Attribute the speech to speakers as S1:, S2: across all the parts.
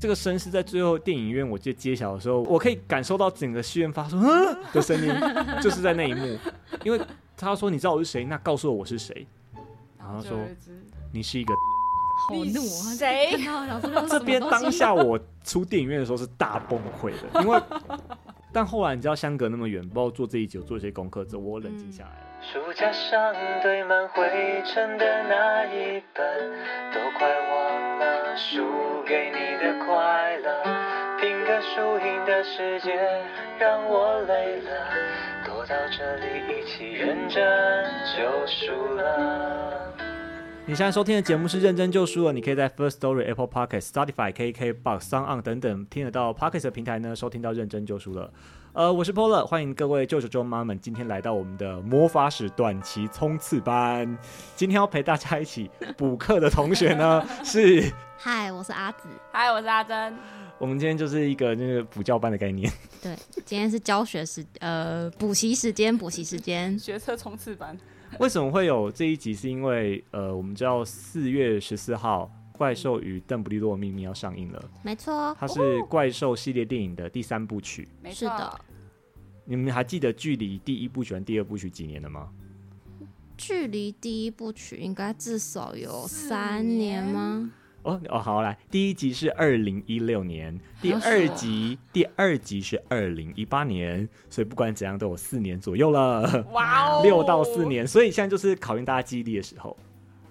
S1: 这个声是在最后电影院我记得揭晓的时候，我可以感受到整个戏院发出嗯 的声音，就是在那一幕，因为他说你知道我是谁，那告诉我我是谁，然后
S2: 哦
S1: 说你是一个。
S2: 好怒啊！
S3: 谁
S2: 看到想说这是什
S1: 这
S2: 么
S1: 边
S2: 东西
S1: 当下我出电影院的时候是大崩溃 的，因为但后来你知道相隔那么远，不知道做这一集有做一些功课之后，我冷静下来了。
S4: 书架上堆满灰尘的那一本，都快忘了输给你的快乐。拼个输赢的世界让我累了，躲到这里一起认真就输了。
S1: 你现在收听的节目是《认真就输了》，你可以在 First Story、Apple p o c a s t Spotify、KK Box、s o n On 等等听得到 p o c k e t 的平台呢，收听到《认真就输了》。呃，我是 Pola，欢迎各位舅舅舅妈们今天来到我们的魔法史短期冲刺班。今天要陪大家一起补课的同学呢，是
S5: 嗨，我是阿紫，
S3: 嗨，我是阿珍，
S1: 我们今天就是一个那个补教班的概念。
S5: 对，今天是教学时，呃，补习时间，补习时间，
S3: 学车冲刺班，
S1: 为什么会有这一集？是因为呃，我们知道四月十四号《怪兽与邓布利多的秘密》要上映了，
S5: 没错，
S1: 它是怪兽系列电影的第三部曲。
S3: 没
S5: 是
S3: 错，
S5: 的
S1: 嗯你们还记得距离第一部曲跟第二部曲几年了吗？
S5: 距离第一部曲应该至少有
S3: 四
S5: 三年吗？
S1: 哦哦，好来，第一集是二零一六年，第
S5: 好久
S1: 二集第二集是二零一八年，所以不管怎样都有四年左右了，
S3: 哇哦，
S1: 六到四，年，所以现在就是考验大家记忆力的时
S5: 哦
S1: 候。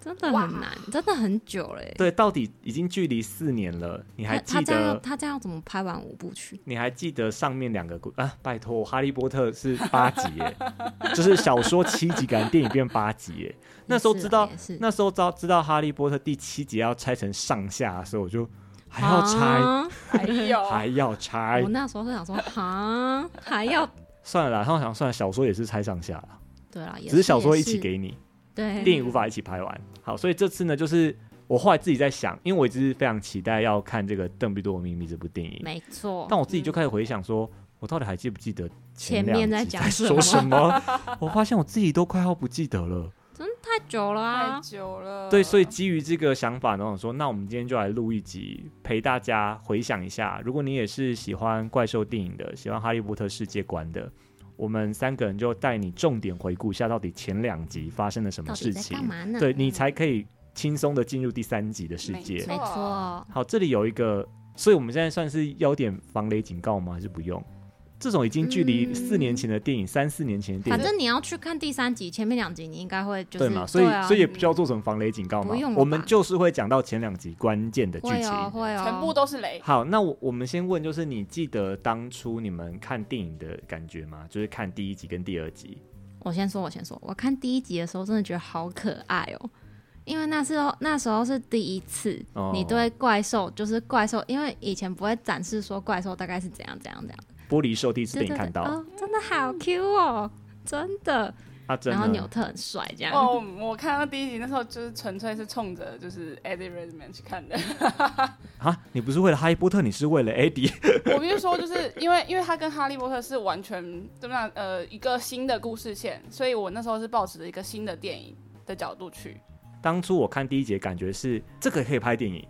S5: 真的很难，真的很久嘞。
S1: 对，到底已经距离四年了，你还
S5: 他
S1: 记
S5: 他这样要
S1: 得
S5: 他这样要怎么拍完五部曲？
S1: 你还记得上面两个故啊？拜托，《哈利波特》是八集耶， 就是小说七集，改成电影变八集耶。那时候
S5: 也是
S1: 知
S5: 啊
S1: 道
S5: 也，是
S1: 那时候知道知道《哈利波特》第七集要拆成上下的时候，我就还要拆，
S5: 啊
S3: 哎呦，
S1: 还要拆
S5: 我，那时候是想说，哈，还要
S1: 算了啦。然后想算了，小说也是拆上下啦，
S5: 对啦，也
S1: 只是小说
S5: 也
S1: 一起给你，
S5: 对
S1: 电影无法一起拍完。好，所以这次呢，就是我后来自己在想，因为我一直非常期待要看这个《邓布利多的秘密》这部电影，
S5: 没错，
S1: 但我自己就开始回想说，我到底还记不记得
S5: 前
S1: 两
S5: 面在
S1: 集
S5: 讲什
S1: 说
S5: 么
S1: 什么？ 我发现我自己都快要不记得了。
S5: 太久了
S3: 太
S5: 啊，
S3: 久了，
S1: 对，所以基于这个想法呢，我说，那我们今天就来录一集，陪大家回想一下。如果你也是喜欢怪兽电影的，喜欢哈利波特世界观的。我们三个人就带你重点回顾一下，到底前两集发生了什么
S5: 到
S1: 事
S5: 底在
S1: 情
S5: 干，嘛呢？
S1: 对你才可以轻松的进入第三集的世界。
S5: 没错，
S1: 好，这里有一个，所以我们现在算是要点防雷警告吗？还是不用？这种已经距离
S5: 嗯
S1: 四年前的电影，三四年前的电
S5: 反
S1: 影，
S5: 正你要去看第三集，前面两集你应该会就是
S1: 对嘛？所以、
S5: 啊
S1: 所以也不需要做什么防雷警告嘛
S5: 不用。了吧
S1: 我们就是会讲到前两集关键的剧
S5: 会
S1: 情。
S5: 哦会哦，
S3: 全部都是雷，
S1: 好，那我我们先问，就是你记得当初你们看电影的感觉吗？就是看第一集跟第二集，
S5: 我先说，我先说，我看第一集的时候真的觉得好可爱哦、因为那时候那时候是第一次，
S1: 哦
S5: 你对怪兽就是怪兽，因为以前不会展示说怪兽大概是怎样怎样怎样，
S1: 玻璃兽第一次
S5: 对
S1: 被
S5: 对
S1: 你看
S5: 对，
S1: 到，
S5: 哦，真的好 Q 哦、真的，
S1: 啊，真
S5: 然后纽
S1: 的，
S5: 特很帅这样，
S3: 哦，我看到第一集那时候就是纯粹是冲着就是 Eddie Redmayne 去看的，
S1: 啊，你不是为了哈利波特，你是为了 Eddie，
S3: 我必须说，就是因为因为他跟哈利波特是完全怎么样呃一个新的故事线，所以我那时候是抱持着一个新的电影的角度去。
S1: 当初我看第一节，感觉是这个可以拍电影。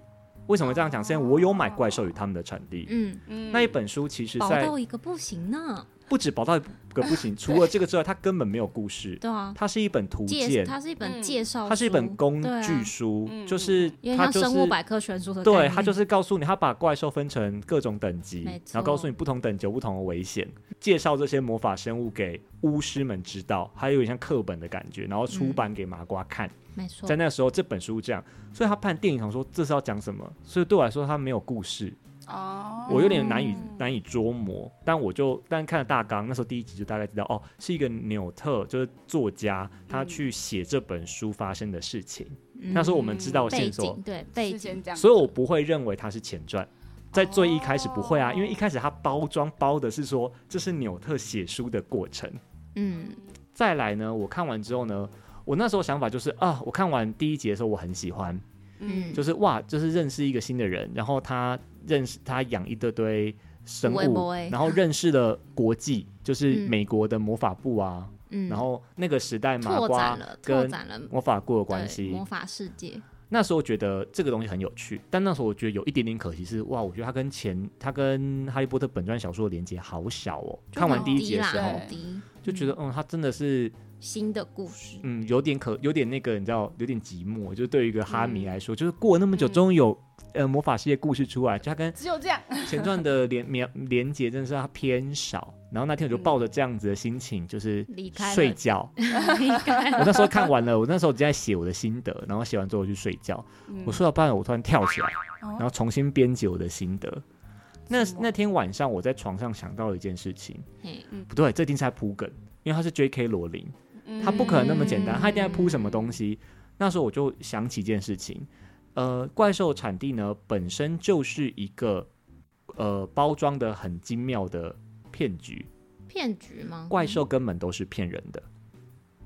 S1: 为什么这样讲？是因为我有买《怪兽与他们的产地》
S5: 嗯，
S3: 嗯，
S1: 那一本书，其实
S5: 薄
S1: 在
S5: 到一个不行呢，
S1: 不止薄到一个不 行，除了这个之外，它根本没有故事，
S5: 对啊，
S1: 它是一本图
S5: 介
S1: 鉴，
S5: 它是一本
S3: 嗯
S5: 介绍书，
S1: 它是一本工
S5: 对啊
S1: 具书
S3: 嗯，
S1: 就是
S5: 有点
S1: 它
S5: 像
S1: 就是
S5: 生物百科全书的概
S1: 对，
S5: 念，
S1: 它就是告诉你，它把怪兽分成各种等级
S5: 没，错
S1: 然后告诉你不同等级有不同的危险，介绍这些魔法生物给巫师们知道，还有点像课本的感觉，然后出版给麻瓜看。
S5: 嗯没错
S1: 在，那时候这本书这样，所以他判电影想说这是要讲什么，所以对我来说他没有故事，
S3: 哦，
S1: 我有点难以
S5: 嗯
S1: 难以捉摸。但我就但看了大纲，那时候第一集就大概知道哦，是一个纽特就是作家，他去写这本书发生的事情。
S5: 嗯
S1: 那时候我们知道的
S5: 背
S1: 线索
S5: 景，对背
S3: 是
S5: 景，
S3: 先这样，
S1: 所以我不会认为它是前传。在最一开始不会啊，
S3: 哦
S1: 因为一开始他包装包的是说这是纽特写书的过程。
S5: 嗯，
S1: 再来呢，我看完之后呢，我那时候想法就是啊，我看完第一集的时候我很喜欢，
S5: 嗯
S1: 就是哇，就是认识一个新的人，然后他认识他养一堆堆生
S5: 微
S1: 物
S5: 博欸，
S1: 然后认识了国际，就是
S5: 嗯
S1: 美国的魔法部啊，
S5: 嗯，
S1: 然后那个时代麻
S5: 拓
S1: 瓜
S5: 展了，拓
S1: 跟
S5: 展了
S1: 魔法部的
S5: 对
S1: 关系
S5: 魔，法世界，
S1: 那时候觉得这个东西很有趣，但那时候我觉得有一点点可惜是，哇，我觉得它跟前它跟《哈利波特》本传小说的连接好小哦。
S5: 就
S1: 看完
S5: 很
S1: 第一
S5: 低
S1: 集的
S5: 啦
S1: 时候
S5: 很，低
S1: 就觉得嗯，它真的是
S5: 新的故事，
S1: 嗯有点可有点那个，你知道有点寂寞。就对于一个哈迷
S3: 嗯
S1: 来说，就是过了那么久，
S3: 嗯
S1: 终于有呃魔法系列故事出来，就它跟
S3: 只有这样，
S1: 前传的连连连接真的是它偏少。然后那天我就抱着这样子的心情，就是
S5: 嗯离开了
S1: 睡觉。我那时候看完了，我那时候正在写我的心得，然后写完之后我去睡觉。
S3: 嗯
S1: 我睡到半夜，我突然跳起来，
S3: 哦
S1: 然后重新编辑我的心得。那
S3: 什么
S1: 那天晚上我在床上想到了一件事情，
S5: 嘿
S1: 不对，这一定是在铺梗，因为他是 J.K. 罗琳，
S3: 嗯
S1: 他不可能那么简单，
S5: 嗯
S1: 他一定在铺什么东西。那时候我就想起一件事情，呃，怪兽产地呢本身就是一个呃包装的很精妙的骗局，
S5: 骗局吗？
S1: 怪兽根本都是骗人的。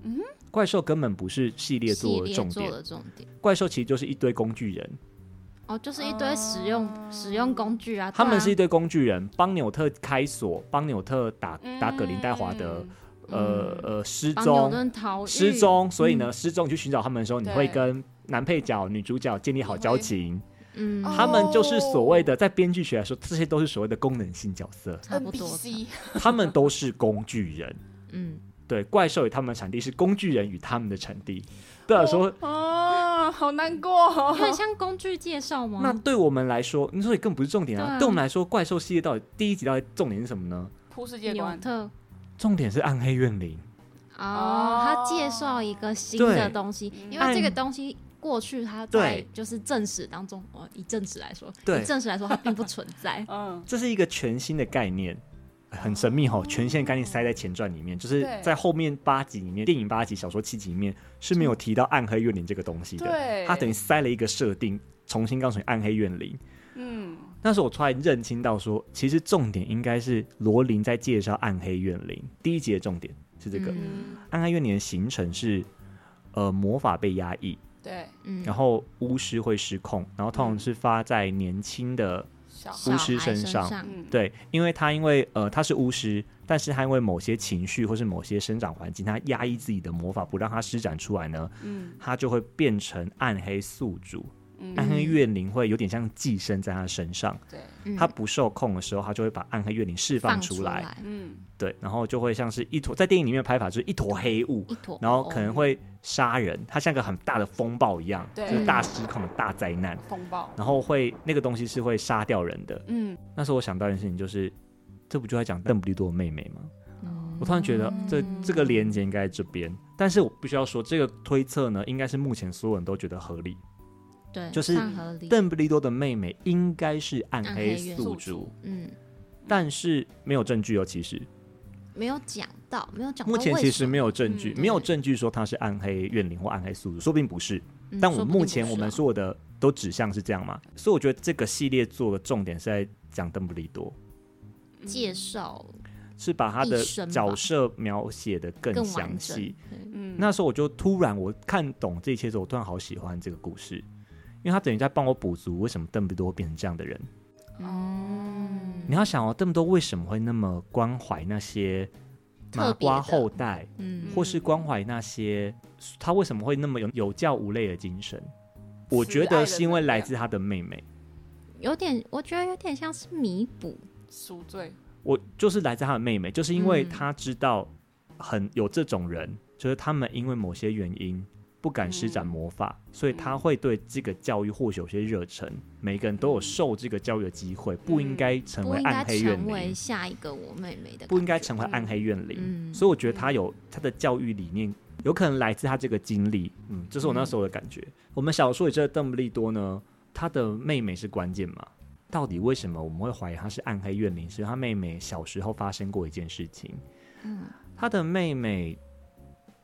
S3: 嗯，
S1: 怪兽根本不是系列
S5: 系
S1: 作
S5: 列
S1: 的重
S5: 做
S1: 点，
S5: 的重点
S1: 怪兽其实就是一堆工具人，
S5: 哦，就是一堆使用使用工具啊，
S1: 他们是
S5: 对
S1: 一
S5: 啊
S1: 堆工具人，帮纽特开锁，帮纽特打打葛林戴华的
S3: 嗯
S1: 呃
S5: 嗯
S1: 呃失
S5: 帮嗯牛
S1: 踪
S5: 顿逃狱
S1: 失，踪，所以呢失踪你去寻找他们的时候，你
S3: 对
S1: 会跟男配角、女主角建立好交情，
S5: 嗯，，
S3: 哦
S1: 他们就是所谓的在编剧学来说，这些都是所谓的功能性角色
S5: 差不多，
S3: NPC
S1: 他们都是工具人。
S5: 嗯，
S1: 对，怪兽与他们的产地是工具人与他们的产地。对我来说，
S3: 哦，好难过
S5: 有
S3: 哦，
S5: 点像工具介绍
S1: 那
S5: 吗？
S1: 对我们来说，你说也更不是重点
S5: 对
S1: 啊。
S5: 啊
S1: 对我们来说，怪兽系列到底第一集到底重点是什么呢？
S3: 铺世界
S5: 纽
S3: 观，，
S5: 特
S1: 重点是暗黑怨灵。
S5: 哦，他介绍一个新的
S1: 对
S5: 东西，因
S1: 按
S5: 为这个东西过去他在
S1: 对
S5: 就是正史当中，哦，以正史来说，
S1: 对
S5: 以正史来说它并不存 在
S3: 嗯，
S1: 这是一个全新的概念，很神秘哈、全新的概念塞在前传里面，就是
S3: 对
S1: 在后面八集里面，电影八集、小说七集里面是没有提到暗黑怨灵这个东西的，
S3: 对，
S1: 它等于塞了一个设定，重新告诉你暗黑怨灵。
S3: 嗯，
S1: 那时候我突然认清到说，其实重点应该是罗琳在介绍暗黑怨灵第一集的重点是这个、
S5: 嗯
S1: 暗黑怨灵的形成是，呃，魔法被压抑，
S3: 对，
S5: 嗯，
S1: 然后巫师会失控，然后通常是发在年轻的
S3: 小孩，
S5: 小
S1: 巫师
S5: 孩身
S1: 上
S3: 嗯，
S1: 对，因为他因为呃他是巫师，但是他因为某些情绪或是某些生长环境，他压抑自己的魔法，不让它施展出来呢，
S3: 嗯
S1: 他就会变成暗黑宿主，暗
S3: 嗯，
S1: 黑怨灵会有点像寄生在他身上，
S3: 对，
S5: 嗯
S1: 他不受控的时候，他就会把暗黑怨灵释放
S5: 放
S1: 出来，
S5: 来
S3: 嗯，
S1: 对，然后就会像是一坨在电影里面的拍法就是一坨黑雾，
S5: 一坨，
S1: 然后可能会杀人，它像个很大的风暴一样，就
S3: 对
S1: 是大失控的大灾难，
S3: 风暴，
S1: 然后会那个东西是会杀掉人的，
S3: 嗯，
S1: 那时候我想到一件事情，就是这不就在讲邓布利多的妹妹吗？
S5: 嗯
S1: 我突然觉得这这个连接应该在这边，但是我必须要说，这个推测呢，应该是目前所有人都觉得合理。
S5: 对，
S1: 就是
S5: 上合理，
S1: 邓布利多的妹妹应该是暗
S5: 暗
S1: 黑
S5: 黑元
S1: 宿主
S3: 宿主，
S5: 嗯，
S1: 但是没有证据哦。其实
S5: 没有讲到，没有讲到
S1: 目
S5: 为什么，
S1: 前其实没有证据，
S3: 嗯
S5: 对
S1: 没有证据说她是暗黑怨灵或暗黑宿主，说不定不是。
S5: 嗯，
S1: 但我
S5: 说不定
S1: 目
S5: 不
S1: 前
S5: 是
S1: 我们
S5: 啊
S1: 所有的都指向是这样嘛，所以我觉得这个系列做的重点是在讲邓布利多。
S3: 嗯
S5: 介绍
S1: 是把他的
S5: 一生吧
S1: 角色描写的更
S5: 更
S1: 详
S5: 完
S1: 细
S5: 整。，对
S3: 嗯，
S1: 那时候我就突然我看懂这一切之后，我突然好喜欢这个故事，因为他等于在帮我补足为什么邓布利多会变成这样的人。
S5: 嗯
S1: 你要想哦，邓布利多为什么会那么关怀那些麻
S5: 特别
S1: 瓜
S5: 的
S1: 后代，
S5: 嗯
S1: 或是关怀那些他为什么会那么有有教无类的精神？我觉
S3: 慈爱
S1: 得
S3: 的
S1: 是因为
S3: 能量
S1: 来自他的妹妹，
S5: 有点，我觉得有点像是弥补，
S3: 赎罪，
S1: 我就是来自他的妹妹，就是因为
S5: 嗯
S1: 他知道很有这种人，就是他们因为某些原因不敢施展魔法，
S5: 嗯
S1: 所以他会对这个教育或许有些热忱。每个人都有受这个教育的机会，不应该成
S5: 嗯不
S1: 为
S5: 应
S1: 暗
S5: 该
S1: 黑怨
S5: 成为
S1: 灵，
S5: 下一个我妹妹的感觉，
S1: 不应该成为暗黑怨灵。
S5: 嗯
S1: 所以我觉得他有他的教育理念，有可能来自他这个经历。嗯，这是我那
S5: 嗯
S1: 时候的感觉。我们小说里这个邓布利多呢，他的妹妹是关键嘛？到底为什么我们会怀疑他是暗黑怨灵？是因为他妹妹小时候发生过一件事情。
S5: 嗯
S1: 他的妹妹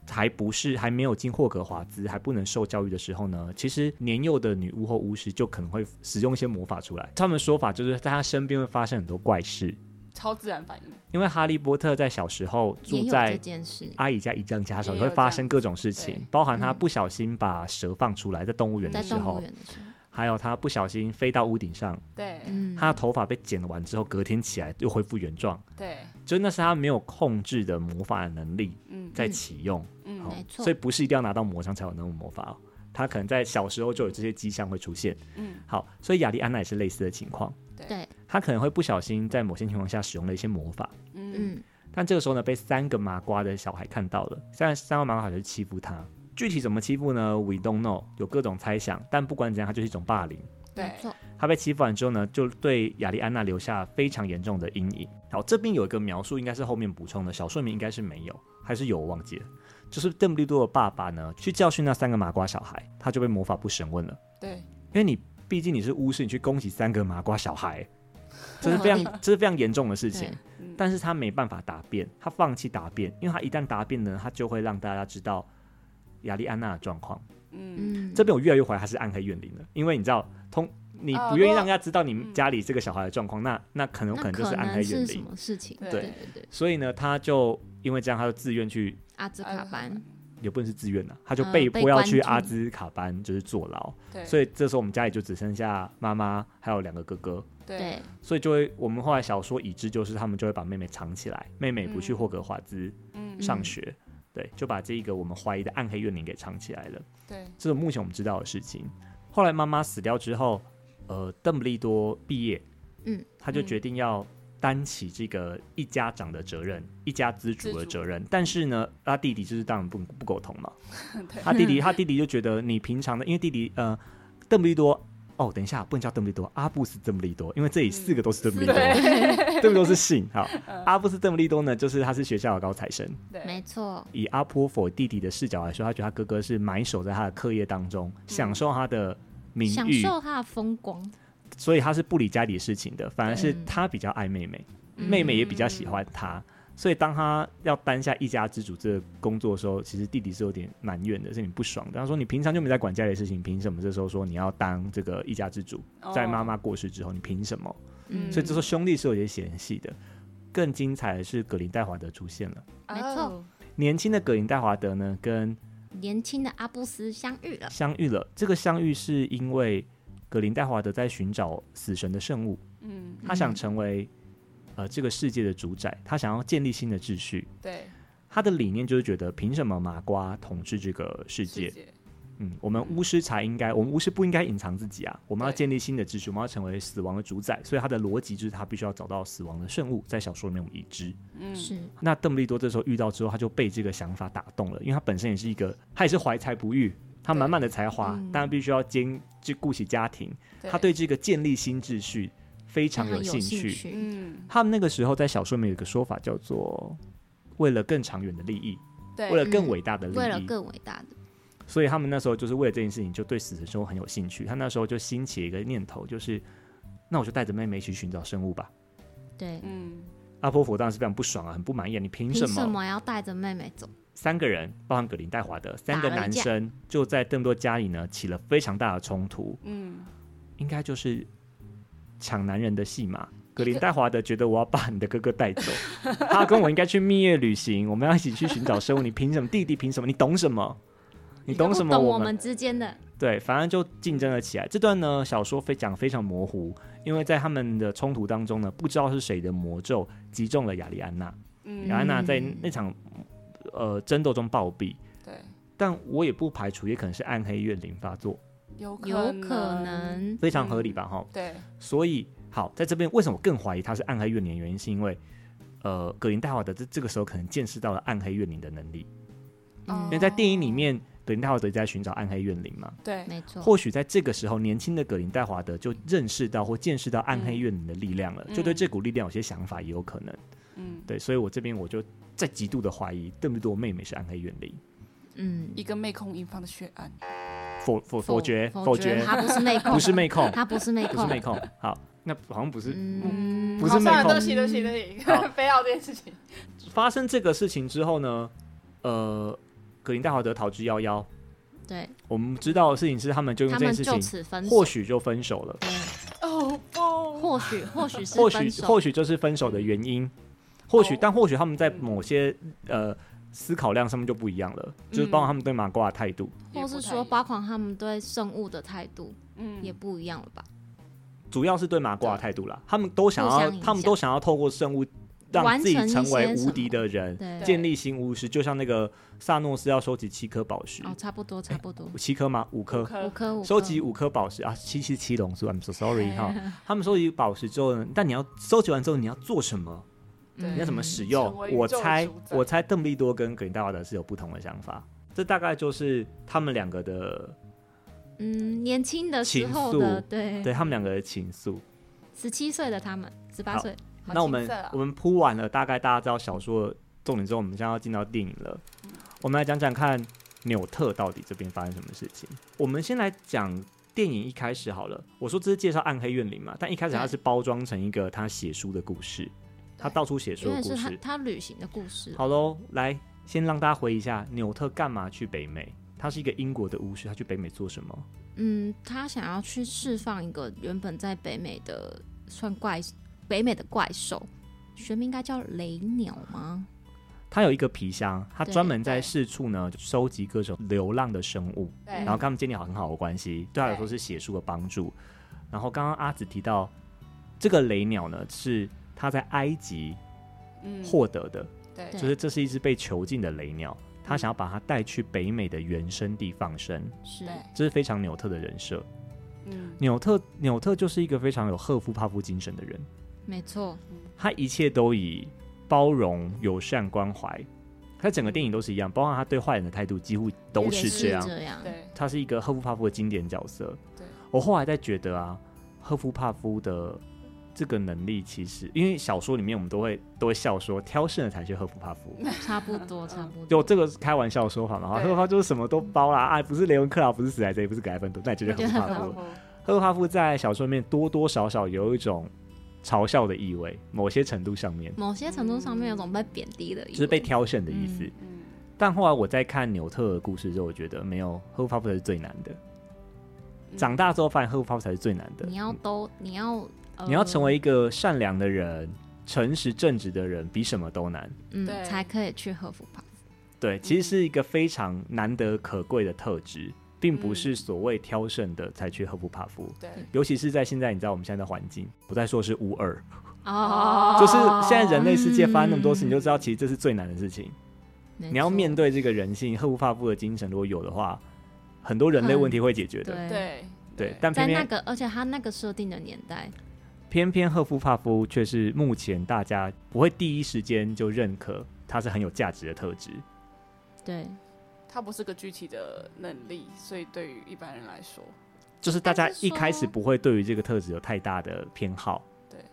S1: 还不是还没有进霍格华兹，还不能受教育的时候呢，其实年幼的女巫或巫师就可能会使用一些魔法出来。他们说法就是在他身边会发生很多怪事，
S3: 超自然反应，
S1: 因为哈利波特在小时候
S5: 也
S1: 住
S5: 有
S1: 在
S5: 这件事，
S1: 阿姨家、姨丈家的时候，
S3: 也
S1: 会
S3: 有
S1: 发
S3: 这
S1: 生
S3: 样
S1: 各种事情
S3: 对，
S1: 包含他
S5: 嗯
S1: 不小心把蛇放出来，在动物园的
S5: 在
S1: 时
S5: 动物
S1: 候，
S5: 园的时候，
S1: 还有他不小心飞到屋顶上，
S3: 对
S5: 嗯，
S1: 他的头发被剪了完之后，隔天起来又恢复原状，
S3: 对，
S1: 就那是他没有控制的魔法的能力
S3: 嗯
S1: 在启用，
S3: 嗯
S1: 好
S5: 没错
S1: 所以不是一定要拿到魔杖才有那种魔法哦。他可能在小时候就有这些迹象会出现。
S3: 嗯，
S1: 好，所以雅利安娜也是类似的情况，
S5: 对，
S1: 她可能会不小心在某些情况下使用了一些魔法，
S3: 嗯
S5: 嗯，
S1: 但这个时候呢，被三个麻瓜的小孩看到了，现在三个麻瓜小孩就欺负她。具体怎么欺负呢？We don't know，有各种猜想，但不管怎样，它就是一种霸凌。
S5: 没
S3: 对，
S5: 错，
S1: 他被欺负完之后呢，就对雅利安娜留下非常严重的阴影。好，这边有一个描述，应该是后面补充的，小说里面应该是没有，还是有我忘记了。就是邓布利多的爸爸呢，去教训那三个麻瓜小孩，他就被魔法部审问了。
S3: 对，
S1: 因为你毕竟你是巫师，你去攻击三个麻瓜小孩，这是非
S5: 不合
S1: 常这是非常严重的事情
S5: 对。
S3: 嗯
S1: 但是他没办法答辩，他放弃答辩，因为他一旦答辩呢，他就会让大家知道雅利安娜的状况。
S3: 嗯，
S5: 嗯，
S1: 这边我越来越怀疑他是暗黑怨灵了，因为你知道，通你
S3: 啊
S1: 不愿意
S3: 如果
S1: 让人家知道你们
S3: 嗯
S1: 家里这个小孩的状况，那那可能
S5: 那
S1: 有可能就是暗黑
S5: 能
S1: 怨
S5: 是什
S1: 灵。
S5: 么事情？
S3: 对
S5: 对对对，
S1: 所以呢，他就因为这样，他就自愿去，
S5: 阿兹
S3: 呃
S5: 卡班，
S1: 也不能是自愿了，他就
S5: 嗯
S1: 被
S5: 被
S1: 迫要
S5: 关
S1: 去
S5: 注
S1: 阿兹卡班，就是坐牢。
S3: 对，
S1: 所
S3: 以
S1: 以这时候我们家里就只剩下妈妈还有两个哥哥，
S3: 对
S5: 对，
S1: 所以就会我们后来小说已知就是他们就会把妹妹藏起来，妹妹不去
S3: 嗯
S1: 霍格华兹
S3: 嗯
S1: 上学，对，就把这一个我们怀疑的暗黑怨灵给藏起来了。
S3: 对
S1: 这是目前我们知道的事情。后来妈妈死掉之后，呃，邓布利多毕业，
S5: 嗯，
S1: 他就
S3: 嗯
S1: 决定要担起这个一家长的责任，一家之主的
S3: 之主
S1: 责任。但是呢，他弟弟就是当然不不苟同嘛，
S3: 对，
S1: 他弟弟他弟弟就觉得你平常的，因为弟弟呃，邓布利多。哦，等一下，不能叫邓布利多，阿布斯邓布利多，因为这里四个都是邓布利多，邓布利多是姓。好，阿布斯邓布利多呢，就是他是学校的高材生，
S3: 对，
S5: 没错，
S1: 以阿波佛弟弟的视角来说，他觉得他哥哥是埋首在他的课业当中，享受他的名
S5: 享
S1: 誉，
S5: 受他的风光，
S1: 所以他是不理家里的事情的，反而是
S5: 嗯
S1: 他比较爱妹妹，
S3: 嗯
S1: 妹妹也比较喜欢他。所以当他要担下一家之主这个工作的时候，其实弟弟是有点埋怨的，是你不爽的。他说：“你平常就没在管家里的事情，凭什么这时候说你要当这个一家之主？
S3: 哦
S1: 在妈妈过世之后，你凭什么？”
S5: 嗯，
S1: 所以这时候兄弟是有些嫌隙的。更精彩的是格林戴华德出现了，
S3: 哦
S5: 没错
S3: 哦
S1: 年轻的格林戴华德呢，跟
S5: 年轻的阿布斯相遇了，
S1: 相遇了。这个相遇是因为格林戴华德在寻找死神的圣物，
S3: 嗯，
S1: 他想成为、呃这个世界的主宰，他想要建立新的秩序。
S3: 对，
S1: 他的理念就是觉得，凭什么麻瓜统治这个世界？
S3: 界，
S1: 嗯，我们巫师才应该，我们巫师不应该隐藏自己啊！我们要
S3: 对
S1: 建立新的秩序，我们要成为死亡的主宰。所以他的逻辑就是他必须要找到死亡的圣物，在小说里面我们已知。
S3: 嗯，
S5: 是
S1: 那邓布利多这时候遇到之后，他就被这个想法打动了，因为他本身也是一个，他也是怀才不遇，他满满的才华，
S5: 嗯
S1: 但他必须要兼就顾起家庭，他
S3: 对，
S1: 对这个建立新秩序非
S5: 非
S1: 常有兴趣。
S5: 趣，
S3: 嗯，
S1: 他们那个时候在小说里面有一个说法叫做“为了更长远的利益，
S3: 对，
S1: 为了更伟大的利
S5: 为了
S1: 益”，
S5: 更伟大的，
S1: 所以他们那时候就是为了这件事情就对死神生活很有兴趣。他那时候就兴起一个念头，就是那我就带着妹妹去寻找生物吧。
S5: 对，
S3: 嗯，
S1: 阿波佛当然是非常不爽啊，很不满意啊，你凭
S5: 凭
S1: 什
S5: 什
S1: 么？
S5: 么要带着妹妹走？
S1: 三个人，包含格林戴华德，三个
S5: 打了
S1: 男
S5: 一架
S1: 生就在邓布利多家里呢起了非常大的冲突，
S3: 嗯，
S1: 应该就是抢男人的戏码。格林戴华德觉得我要把你的哥哥带走，他跟我应该去蜜月旅行，我们要一起去寻找生物。你凭什么？弟弟凭什么？你懂什么？你懂
S5: 不
S1: 什么？
S5: 懂我
S1: 我们
S5: 之间的，
S1: 对，反正就竞争了起来。这段呢，小说非讲非常模糊，因为在他们的冲突当中呢，不知道是谁的魔咒击中了雅利安娜，
S3: 嗯，
S1: 雅利安娜在
S5: 嗯
S1: 那场呃争斗中暴毙。
S3: 对，
S1: 但我也不排除也可能是暗黑怨灵发作，
S3: 有
S5: 有可
S3: 可，
S5: 能
S1: 非常合理吧？哈、
S3: 对，
S1: 所以好，在这边为什么我更怀疑他是暗黑怨灵的原因，是因为呃，格林戴华德这这个时候可能见识到了暗黑怨灵的能力，
S5: 嗯
S3: 哦
S1: 因为在电影里面，格林戴华德一直在寻找暗黑怨灵嘛。
S3: 对，
S5: 没错，
S1: 或许在这个时候，年轻的格林戴华德就认识到或见识到暗黑怨灵的力量了，
S3: 嗯
S1: 就对这股力量有些想法，也有可能。
S3: 嗯，
S1: 对，所以我这边我就在极度的怀疑邓布利多妹妹是暗黑怨灵，
S5: 嗯，
S3: 一个妹控一方的血案，
S1: 否否否决否
S5: 否
S1: 决，
S5: 他不是 妹控，
S1: 不是妹控，
S5: 他不是妹
S1: 不是
S5: 控，
S1: 妹 控。好，那好像不是
S5: 嗯，
S1: 不是
S3: 好
S1: 妹
S3: 算了，
S1: 控
S3: 对不起，对不起，对不
S1: 好
S3: 起， 非要这件事情，
S1: 发生这个事情之后呢，呃，格林戴华德逃之夭夭。
S5: 对，
S1: 我们知道的事情是，他们就用
S5: 他
S1: 这
S5: 们
S1: 件事
S5: 就
S1: 情，
S5: 此分手
S1: 或，许就分手了，
S3: 哦不，
S5: 或许 或许是
S1: 或
S5: 分
S1: 许
S5: 手，
S1: 或许就是分手的原因，或许
S3: 哦
S1: 但或许他们在某些呃思考量上面就不一样了，
S5: 嗯
S1: 就是包括他们对马瓜的态度，
S5: 或是说
S3: 包，
S5: 包括他们对圣物的态度
S3: 嗯，
S5: 也不一样了吧？
S1: 主要是对马瓜的态度啦，他们都想
S5: 互
S1: 要
S5: 相影，响
S1: 他们都想要透过生物让自己
S5: 完
S1: 成
S5: 成一些
S1: 为
S5: 什
S1: 无
S5: 么
S1: 敌的人，
S5: 对，
S1: 建立新巫师，就像那个萨诺斯要收集七颗宝石，
S5: 哦，差不多差不多，
S1: 七颗吗？五颗，
S5: 五
S3: 可
S5: 颗五
S1: 哎收
S5: 颗
S1: 集五颗宝石啊，七七七龙珠，I'm so sorry 哈。 他们收集宝石之后呢，但你要收集完之后你要做什么？
S3: 对
S1: 你要怎么
S5: 嗯
S1: 使用
S3: 成为？宇
S1: 我
S3: 宙的
S1: 猜
S3: 主，宰
S1: 我猜邓布利多跟格林戴华德是有不同的想法。这大概就是他们两个的，
S5: 嗯，年轻的时
S1: 情
S5: 候
S1: 愫
S5: 的，对，
S1: 对他们两个的情愫。
S5: 十七岁的他们，十八
S1: 好
S5: 岁，
S3: 好
S1: 那我
S3: 青
S1: 们
S3: 涩啊
S1: 我
S5: 哦
S1: 们铺完了，大概大家知道小说的重点之后，我们现在要进到电影了。
S5: 嗯
S1: 我们来讲讲看纽特到底这边发生什么事情。我们先来讲电影一开始好了。我说这是介绍暗黑怨灵嘛，但一开始它
S5: 对
S1: 是包装成一个他写书的故事，他到处写书
S5: 因
S1: 的
S5: 为
S1: 故
S5: 是他
S1: 事。
S5: 他旅行的故事，
S1: 好喽，来先让大家回忆一下纽特干嘛去北美？他是一个英国的巫师，他去北美做什么？
S5: 嗯，他想要去释放一个原本在北美的算怪北美的怪兽，学名应该叫雷鸟吗？
S1: 他有一个皮箱，他
S5: 对
S1: 专门在
S3: 对
S1: 四处呢收集各种流浪的生物。
S3: 对，
S1: 然后跟他们建立好很好的关系，对他来说是写书的帮助。然后刚刚阿紫提到，这个雷鸟呢是他在埃及
S3: 嗯
S1: 获得的，
S3: 对
S5: 对
S1: 就是这是一只被囚禁的雷鸟，他想要把它带去北美的原生地放生，
S5: 是
S3: 对，
S1: 这是非常纽特的人设。
S3: 嗯
S1: 纽特纽特就是一个非常有赫夫帕夫精神的人，
S5: 没错，
S1: 他一切都以包容、友善、关怀。他整个电影都是一样，包括他对坏人的态度几乎都
S5: 也
S1: 是
S5: 是
S1: 这样。
S5: 这样，
S3: 对
S1: 他是一个赫夫帕夫的经典角色。
S3: 对
S1: 我后来在觉得啊，赫夫帕夫的这个能力，其实因为小说里面我们都会都会笑说，挑剩的才是赫夫帕 夫。
S5: 差不多差不
S1: 就
S5: 多，
S1: 这个是开玩笑的说法嘛，赫
S3: 对
S1: 夫帕夫就是什么都包啦，啊，不是雷文克劳，不是史莱哲，也不是格莱芬多，那就是
S5: 那就
S1: 赫夫
S5: 是
S1: 帕
S5: 赫
S1: 夫
S5: 夫。
S1: 赫夫帕夫在小说里面多多少少有一种嘲笑的意味，某些程度上面
S5: 某些程度上面有种被贬低的意味，
S1: 就是被挑剩的意思。
S3: 嗯
S1: 但后来我在看纽特的故事之后，我觉得没有赫夫帕夫才是最难的。
S3: 嗯
S1: 长大之后发现赫夫帕夫才是最难的。
S5: 你要都你要、呃、
S1: 你要成为一个善良的人、诚实正直的人，比什么都难。
S5: 嗯
S3: 对
S5: 才可以去和服吧，
S1: 对，其
S5: 嗯
S1: 实是一个非常难得可贵的特质，并不是所谓挑剩的才去赫夫帕
S5: 嗯
S1: 夫。
S3: 对
S1: 尤其是在现在，你知道我们现在的环境，不再说是无二，
S5: 哦，
S1: 就是现在人类世界发生那么多事，你就知道其实这是最难的事情。
S5: 嗯没
S1: 你要
S5: 错
S1: 面对这个人性，赫夫帕夫的精神如果有的话，很多人类问题会解决的。
S5: 嗯对。
S3: 对
S1: 对，但
S5: 在
S1: 偏
S5: 那
S1: 偏
S5: 个，而且他那个设定的年代，
S1: 偏偏赫夫帕夫却是目前大家不会第一时间就认可他是很有价值的特质。
S5: 对，
S3: 它不是个具体的能力，所以对于一般人来说，
S1: 就是大家
S5: 但是
S1: 一开始
S5: 说
S1: 不会对于这个特质有太大的偏好，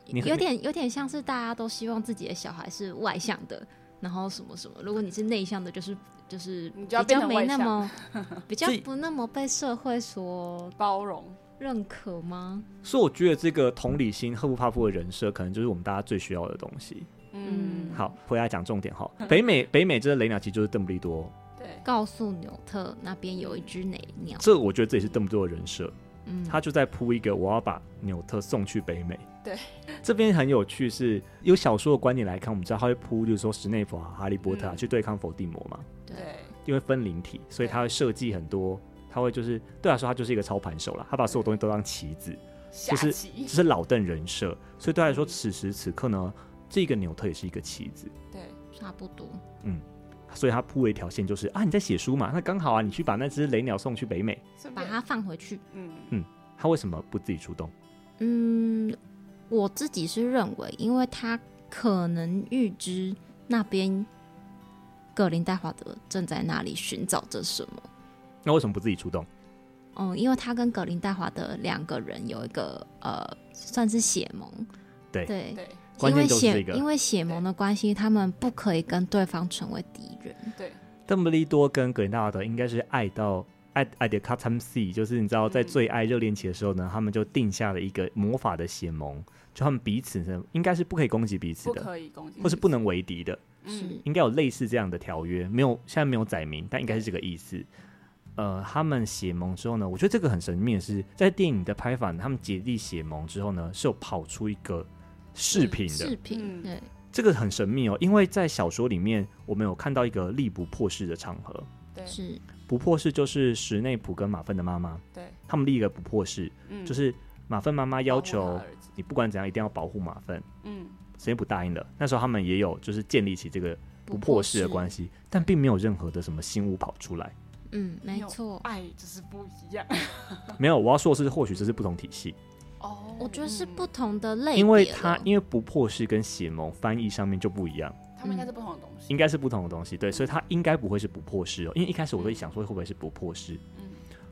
S1: 你很
S5: 有点有点像是大家都希望自己的小孩是外向的，然后什么什么。如果你是内向的，就是就是
S3: 你
S5: 比
S3: 就要变
S5: 较
S3: 成
S5: 没
S3: 外
S5: 那
S3: 向
S5: 么 比较
S1: 所以
S5: 不那么被社会所
S3: 包容
S5: 认可吗？
S1: 所以我觉得这个同理心、赫夫帕夫的人设，可能就是我们大家最需要的东西。
S3: 嗯
S1: 好，回来讲重点哈，
S5: 嗯
S1: 北美北美这个雷鸟其实就是邓布利多，
S3: 对
S5: 告诉纽特那边有一只雷鸟，
S1: 这我觉得这也是邓布利多的人设，
S5: 嗯，
S1: 他就在铺一个我要把纽特送去北美。
S3: 对，
S1: 这边很有趣是，有小说的观点来看，我们知道他会铺，就是说史内普啊、哈利波特啊、
S3: 嗯
S1: 去对抗伏地魔嘛，
S5: 对，
S3: 对
S1: 因为分灵体，所以他会设计很多，他会就是对他啊说他就是一个操盘手啦，他把所有东西都当棋子。
S3: 下
S1: 是
S3: 棋
S1: 这是老邓人设，所以对他来说，此时此刻呢，这个纽特也是一个棋子，
S3: 对
S5: 差不多。
S1: 所以他铺了一条线，就是啊，你在写书嘛，那刚好啊，你去把那只雷鸟送去北美，
S3: 顺
S5: 把
S3: 便
S5: 它放回去。
S3: 嗯
S1: 他为什么不自己出动？
S5: 嗯，我自己是认为，因为他可能预知那边格林戴华德正在那里寻找着什么。
S1: 那为什么不自己出动？
S5: 嗯，因为他跟格林戴华德两个人有一个呃，算是血盟。
S1: 对
S5: 对，
S3: 对
S1: 关键
S5: 因为
S1: 就是这
S5: 血
S1: 个
S5: 因为血盟的关系，他们不可以跟对方成为敌人。
S3: 对
S1: 邓布利多跟格林戴华德应该是爱到爱爱的 cut time C，就是你知道，在
S3: 嗯
S1: 最爱热恋期的时候呢，他们就定下了一个魔法的血盟，就他们彼此呢应该是不可以攻击彼此
S3: 不
S1: 的，
S3: 可以攻击，
S1: 或是不能为敌的。
S5: 是
S3: 嗯，
S1: 应该有类似这样的条约，没有现在没有载明，但应该是这个意思。呃，他们血盟之后呢，我觉得这个很神秘的是，在电影的拍法呢，他们结缔血盟之后呢，是有跑出一个饰品的
S5: 饰，品
S3: 嗯
S5: 对，
S1: 这个很神秘哦，因为在小说里面我们有看到一个力不破誓的场合，
S3: 对
S5: 是
S1: 不破誓就是史内普跟马粪的妈妈，
S3: 对，
S1: 他们立一个不破誓，
S3: 嗯
S1: 就是马粪妈妈要
S3: 保护
S1: 求
S3: 他儿子
S1: 你不管怎样一定要保护马粪，
S3: 嗯
S1: 时间不答应了。那时候他们也有就是建立起这个不
S5: 不
S1: 破
S5: 破
S1: 式的关
S5: 系，
S1: 系，但并没有任何的什么新物跑出来。
S5: 嗯，没错，
S3: 爱就是不一 样。
S5: 嗯
S1: 没有，我要说的是，或许这是不同体系，
S3: 哦，
S5: 我觉得是
S3: 嗯
S5: 不，同的类别了，
S1: 因为它因为不破式跟血盟翻译上面就不一样，
S3: 嗯他们应该是不同的东西。
S1: 应该是不同的东西。对，所以它应该不会是不破式哦，因为一开始我都想说会不会是不破式，
S3: 嗯，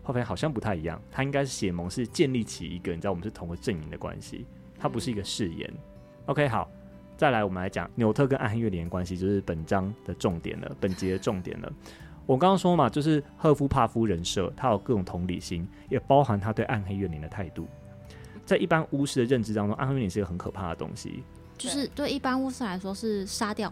S1: 后来好像不太一样，它应该是血盟是建立起一个你知道我们是同个阵营的关系，它不是一
S3: 嗯
S1: 个誓言。OK，好，再来我们来讲纽特跟暗黑月联的关系，就是本章的重点了，本节的重点了。我刚刚说嘛，就是赫夫帕夫人设，他有各种同理心，也包含他对暗黑怨灵的态度。在一般巫师的认知当中，暗黑怨灵是一个很可怕的东西，
S5: 就是对一般巫师来说是杀掉，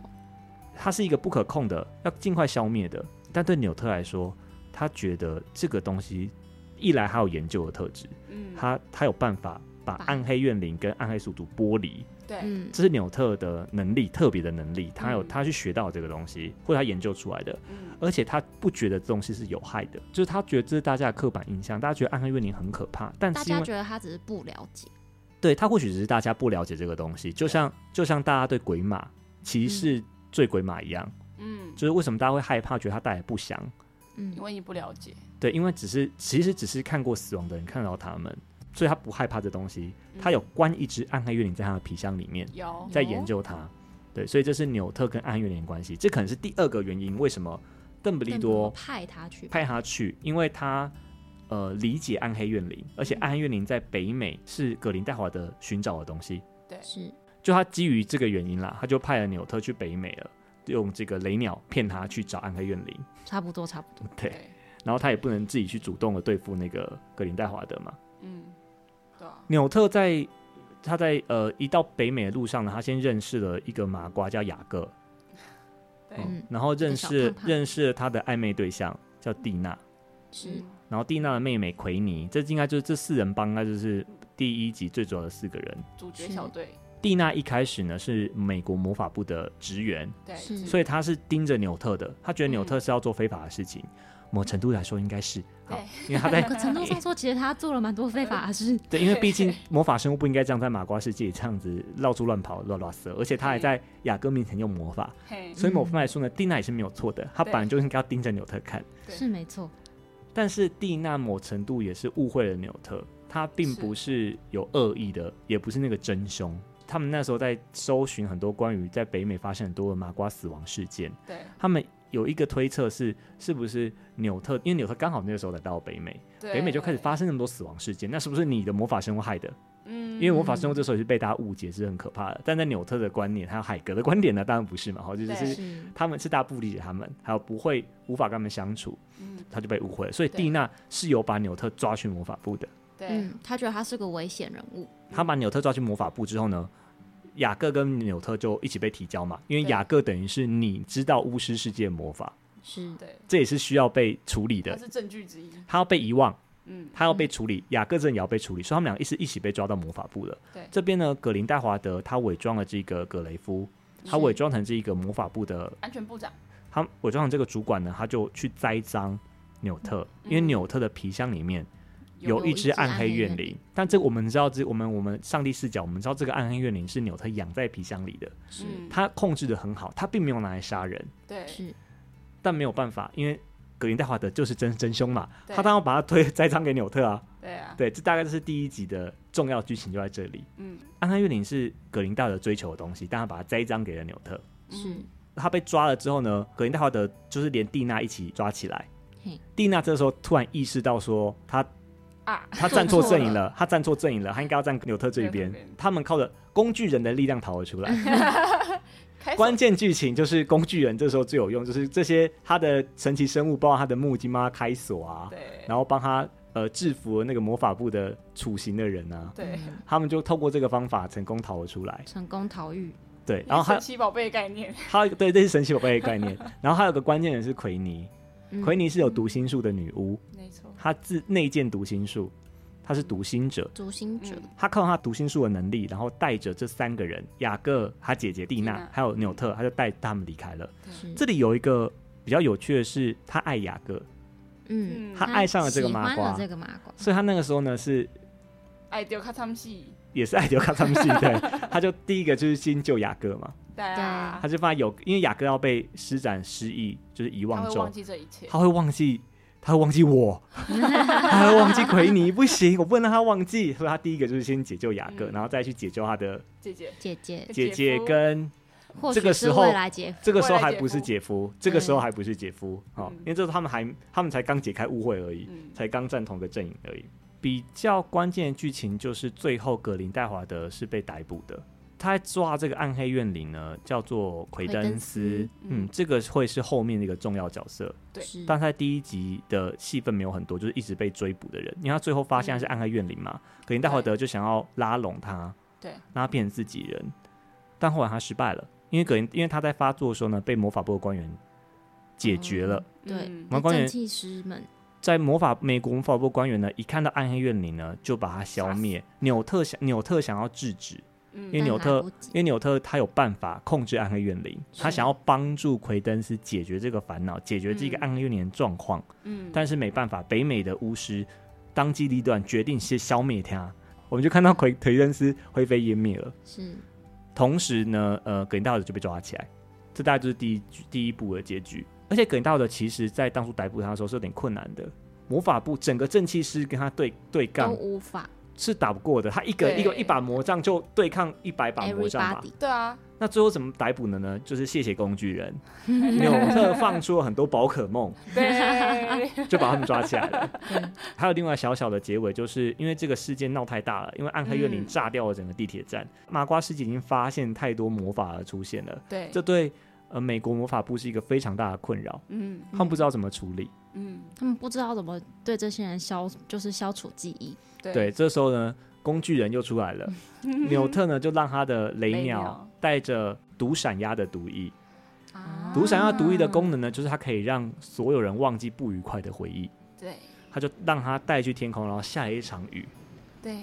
S1: 它是一个不可控的，要尽快消灭的。但对纽特来说，他觉得这个东西，一来他有研究的特质，
S3: 嗯，
S1: 他他有办法把
S5: 把
S1: 暗黑怨灵跟暗黑宿主剥离，
S3: 对，
S5: 嗯，
S1: 这是纽特的能力，特别的能力，他有
S3: 嗯
S1: 他去学到这个东西，或者他研究出来的，
S3: 嗯，
S1: 而且他不觉得这东西是有害的，就是他觉得这是大家的刻板印象，大家觉得暗黑怨灵很可怕，但
S5: 大
S1: 是因
S5: 家
S1: 为
S5: 觉得他只是不了解，
S1: 对他或许只是大家不了解这个东西，就像就像大家对鬼马骑士
S5: 嗯
S1: 醉鬼马一样，
S3: 嗯，
S1: 就是为什么大家会害怕，觉得它带来不祥，
S5: 嗯
S3: 因，为你不了解，
S1: 对，因为只是其实只是看过死亡的人看到他们，所以他不害怕这东西，
S3: 嗯
S1: 他有关一只暗黑怨灵在他的皮箱里面。
S3: 有
S1: 在研究它。对，所以这是纽特跟暗月联的关系，这可能是第二个原因，为什么邓布利
S5: 但不
S1: 多
S5: 能派他去，
S1: 派他去，因为他呃理解暗黑怨灵，而且暗黑怨灵在北美是格林戴华德寻找的东西，
S5: 是
S1: 就他基于这个原因啦，他就派了纽特去北美了，用这个雷鸟骗他去找暗黑怨灵，
S5: 差不多差不多，
S1: 对，然后他也不能自己去主动的对付那个格林戴华德嘛，
S3: 嗯，对啊，
S1: 纽特在他在呃一到北美的路上呢，他先认识了一个麻瓜叫雅各，
S3: 对
S1: 嗯
S5: 嗯，
S1: 然后认
S5: 一
S1: 识
S5: 个小胖胖
S1: 认识了他的暧昧对象叫蒂娜，
S5: 是
S3: 嗯
S1: 然后蒂娜的妹妹奎尼，这应该就是这四人帮，应该就是第一集最主要的四个人。
S3: 主角
S5: 是
S3: 小队，
S1: 蒂娜一开始呢是美国魔法部的职员，
S3: 对，
S5: 是
S1: 所以她是盯着纽特的，她觉得纽特
S3: 嗯
S1: 是要做非法的事情，某程度来说应该是好
S3: 对，
S1: 因为他在
S5: 某个程度上说，其实他做了蛮多非法的事，
S1: 对，因为毕竟魔法生物不应该这样在麻瓜世界这样子到处乱跑乱乱射，而且他还在雅各面前用魔法，
S3: 嘿，
S1: 所以某方面来说呢，蒂娜也是没有错的，她
S3: 嗯对
S1: 本来就应该要盯着纽特看。
S3: 对
S5: 是没错，
S1: 但是蒂娜某程度也是误会了纽特，他并不是有恶意的，也不是那个真凶。他们那时候在搜寻很多关于在北美发生很多的麻瓜死亡事件，
S3: 对
S1: 他们有一个推测是，是不是纽特？因为纽特刚好那个时候来到北美，
S3: 对，
S1: 北美就开始，发生那么多死亡事件，那是不是你的魔法生物害的？
S3: 嗯，
S1: 因为魔法生物这时候也是被大家误解是很可怕的，但在纽特的观念还有海格的观点呢，当然不是嘛，好，就
S3: 对
S1: 是
S5: 是
S1: 他们是大家不理解他们，还有不会无法跟他们相处，
S3: 嗯，
S1: 他就被误会了。所以
S3: 对
S1: 蒂娜是有把纽特抓去魔法部的。
S3: 对，
S5: 嗯，他觉得他是个危险人物，
S1: 他把纽特抓去魔法部之后呢，雅各跟纽特就一起被提交嘛，因为
S3: 对
S1: 雅各等于是你知道巫师世界魔法，
S5: 是
S3: 对，
S1: 这也是需要被处理
S3: 它
S1: 的。
S3: 是证据之一，
S1: 他要被遗忘，
S3: 哦嗯，
S1: 他要被处理，雅各这也要被处理，所以他们俩一是一起被抓到魔法部了。
S3: 对
S1: 这边呢，葛林戴华德他伪装了这个葛雷夫，他
S5: 是
S1: 伪装成这个魔法部的
S3: 安全部长，
S1: 他伪装成这个主管呢，他就去栽赃纽特，因为
S3: 嗯
S1: 纽特的皮箱里面
S5: 有
S1: 有一
S5: 一
S1: 只
S5: 只
S1: 暗
S5: 暗
S1: 黑
S5: 黑
S1: 怨
S5: 怨
S1: 灵，但这个我们知道，这我们我们上帝视角，我们知道这个暗黑怨灵是纽特养在皮箱里的，
S5: 是
S3: 嗯
S1: 他控制的很好，他并没有拿来杀人，
S3: 对，
S5: 是
S1: 但没有办法，因为格林戴华德就是真真凶嘛，
S3: 对
S1: 他当然把他推 栽赃给纽特啊，
S3: 对啊，
S1: 对，这大概就是第一集的重要剧情就在这里。
S3: 嗯，
S1: 暗黑怨灵是格林戴华德追求的东西，但他把它栽赃给了纽特，
S5: 是
S3: 嗯，
S1: 他被抓了之后呢，格林戴华德就是连蒂娜一起抓起来
S5: 嘿。
S1: 蒂娜这时候突然意识到说，他
S3: 啊，
S1: 他站错阵营了，他站错阵营了，他应该要站纽特这一边
S3: 纽特这边。
S1: 他们靠着工具人的力量逃了出
S3: 哎
S1: 来。
S3: 开始
S1: 关键剧情就是工具人这时候最有用，就是这些他的神奇生物，包括他的木屐帮他开锁啊，
S3: 对
S1: 然后帮他呃制服了那个魔法部的处刑的人啊，
S3: 对，
S1: 他们就透过这个方法成功逃了出来。
S5: 嗯成功逃狱，
S1: 对，然后还
S3: 神奇宝贝的概念，
S1: 他对这是神奇宝贝的概念，然后还有个关键人是奎尼，
S5: 嗯
S1: 奎尼是有读心术的女巫，
S3: 没错，
S1: 她自内建读心术，她是读心者。
S5: 读心者
S3: 嗯，
S1: 她靠她读心术的能力，然后带着这三个人雅各、她姐姐蒂
S3: 蒂
S1: 娜
S3: 娜
S1: 还有纽特，她就带他们离开了。
S3: 嗯
S5: 是
S1: 这里有一个比较有趣的是，她爱雅各，
S5: 嗯，
S1: 他爱上了这个麻瓜
S5: 喜欢了这个麻瓜，
S1: 所以她那个时候呢是
S3: 哎，丢卡他们戏，
S1: 也是爱德卡他们系对，他就第一个就是先救雅各嘛，
S3: 对啊
S1: 他，就发现有，因为雅各要被施展失忆，就是遗
S3: 他
S1: 忘
S3: 会
S1: 咒
S3: 忘，记这一切。
S1: 他会忘记，他会忘记 我，他会忘记奎尼，不行，我不能让他忘记，所以他第一个就是先解救雅各，
S3: 嗯
S1: 然后再去解救他的
S3: 姐姐，
S5: 姐姐，
S1: 姐
S3: 姐
S1: 姐
S3: 夫
S1: 跟
S5: 或
S1: 这个
S5: 许
S1: 时
S5: 是
S1: 候
S5: 未来姐夫，
S1: 这个时候
S3: 未来
S1: 还
S3: 姐
S1: 不是
S3: 夫
S1: 姐夫，这个时候
S5: 嗯
S1: 还不是姐夫，哦，
S3: 嗯
S1: 因为这时候他们还他们才刚解开误会而已，
S3: 嗯，
S1: 才刚站同个阵营而已。比较关键的剧情就是最后格林戴华德是被逮捕的，他抓这个暗黑怨灵呢，叫做奎
S5: 奎
S1: 登
S5: 登
S1: 斯
S5: 斯，
S1: 嗯，这个会是后面的一个重要角色，
S3: 对
S5: 是
S1: 但他第一集的戏份没有很多，就是一直被追捕的人，因为他最后发现他是
S3: 嗯
S1: 暗黑怨灵嘛，格林戴华德就想要拉拢他，
S3: 对，
S1: 让他变成自己人，但后来他失败了，因为格林因为他在发作的时候呢，被魔法部的官员解决了，
S5: 对
S3: 嗯
S1: 毛官员
S5: 正气师们
S1: 在魔法美国魔法部官员呢，一看到暗黑怨灵呢，就把他消灭。纽特想纽特想要制止，
S3: 嗯
S1: 因为纽特
S5: 但来不及
S1: 因为纽特他有办法控制暗黑怨灵，
S5: 是
S1: 他想要帮助奎登斯解决这个烦恼，解决这个
S3: 嗯
S1: 暗黑怨灵的状况，
S3: 嗯，
S1: 但是没办法，北美的巫师当机立断，决定先消灭他。我们就看到奎奎登斯灰飞烟灭了。
S5: 是
S1: 同时呢，呃，葛林道尔就被抓起来，这大概就是第一局第一步的结局。而且葛林道尔其实在当初逮捕他的时候是有点困难的，魔法部整个正气师跟他对对
S5: 都
S1: 杠
S5: 无法
S1: 是打不过的，他一个
S3: 对
S1: 一个一把魔杖就对抗一百把魔杖吧。
S5: everybody
S3: 对 啊，
S1: 那最后怎么逮捕的呢？就是谢谢工具人，纽特放出了很多宝可梦，
S3: 对，
S1: 就把他们抓起来了。还有另外小小的结尾，就是因为这个事件闹太大了，因为暗黑怨灵
S3: 嗯
S1: 炸掉了整个地铁站，麻瓜世界已经发现太多魔法而出现了。
S3: 对，
S1: 这对呃美国魔法部是一个非常大的困扰，
S3: 嗯
S1: 他们不知道怎么处理。
S3: 嗯，
S5: 他们不知道怎么对这些人消，就是消除记忆。
S3: 对
S1: 对，这时候呢，工具人又出来 了，纽特呢就让他的雷
S3: 雷
S1: 鸟
S3: 鸟
S1: 带着毒闪鸭的毒液，
S5: 啊
S1: 毒闪鸭毒液的功能呢，就是它可以让所有人忘记不愉快的回忆，
S3: 对
S1: 他就让他带去天空，然后下一场雨。
S3: 对，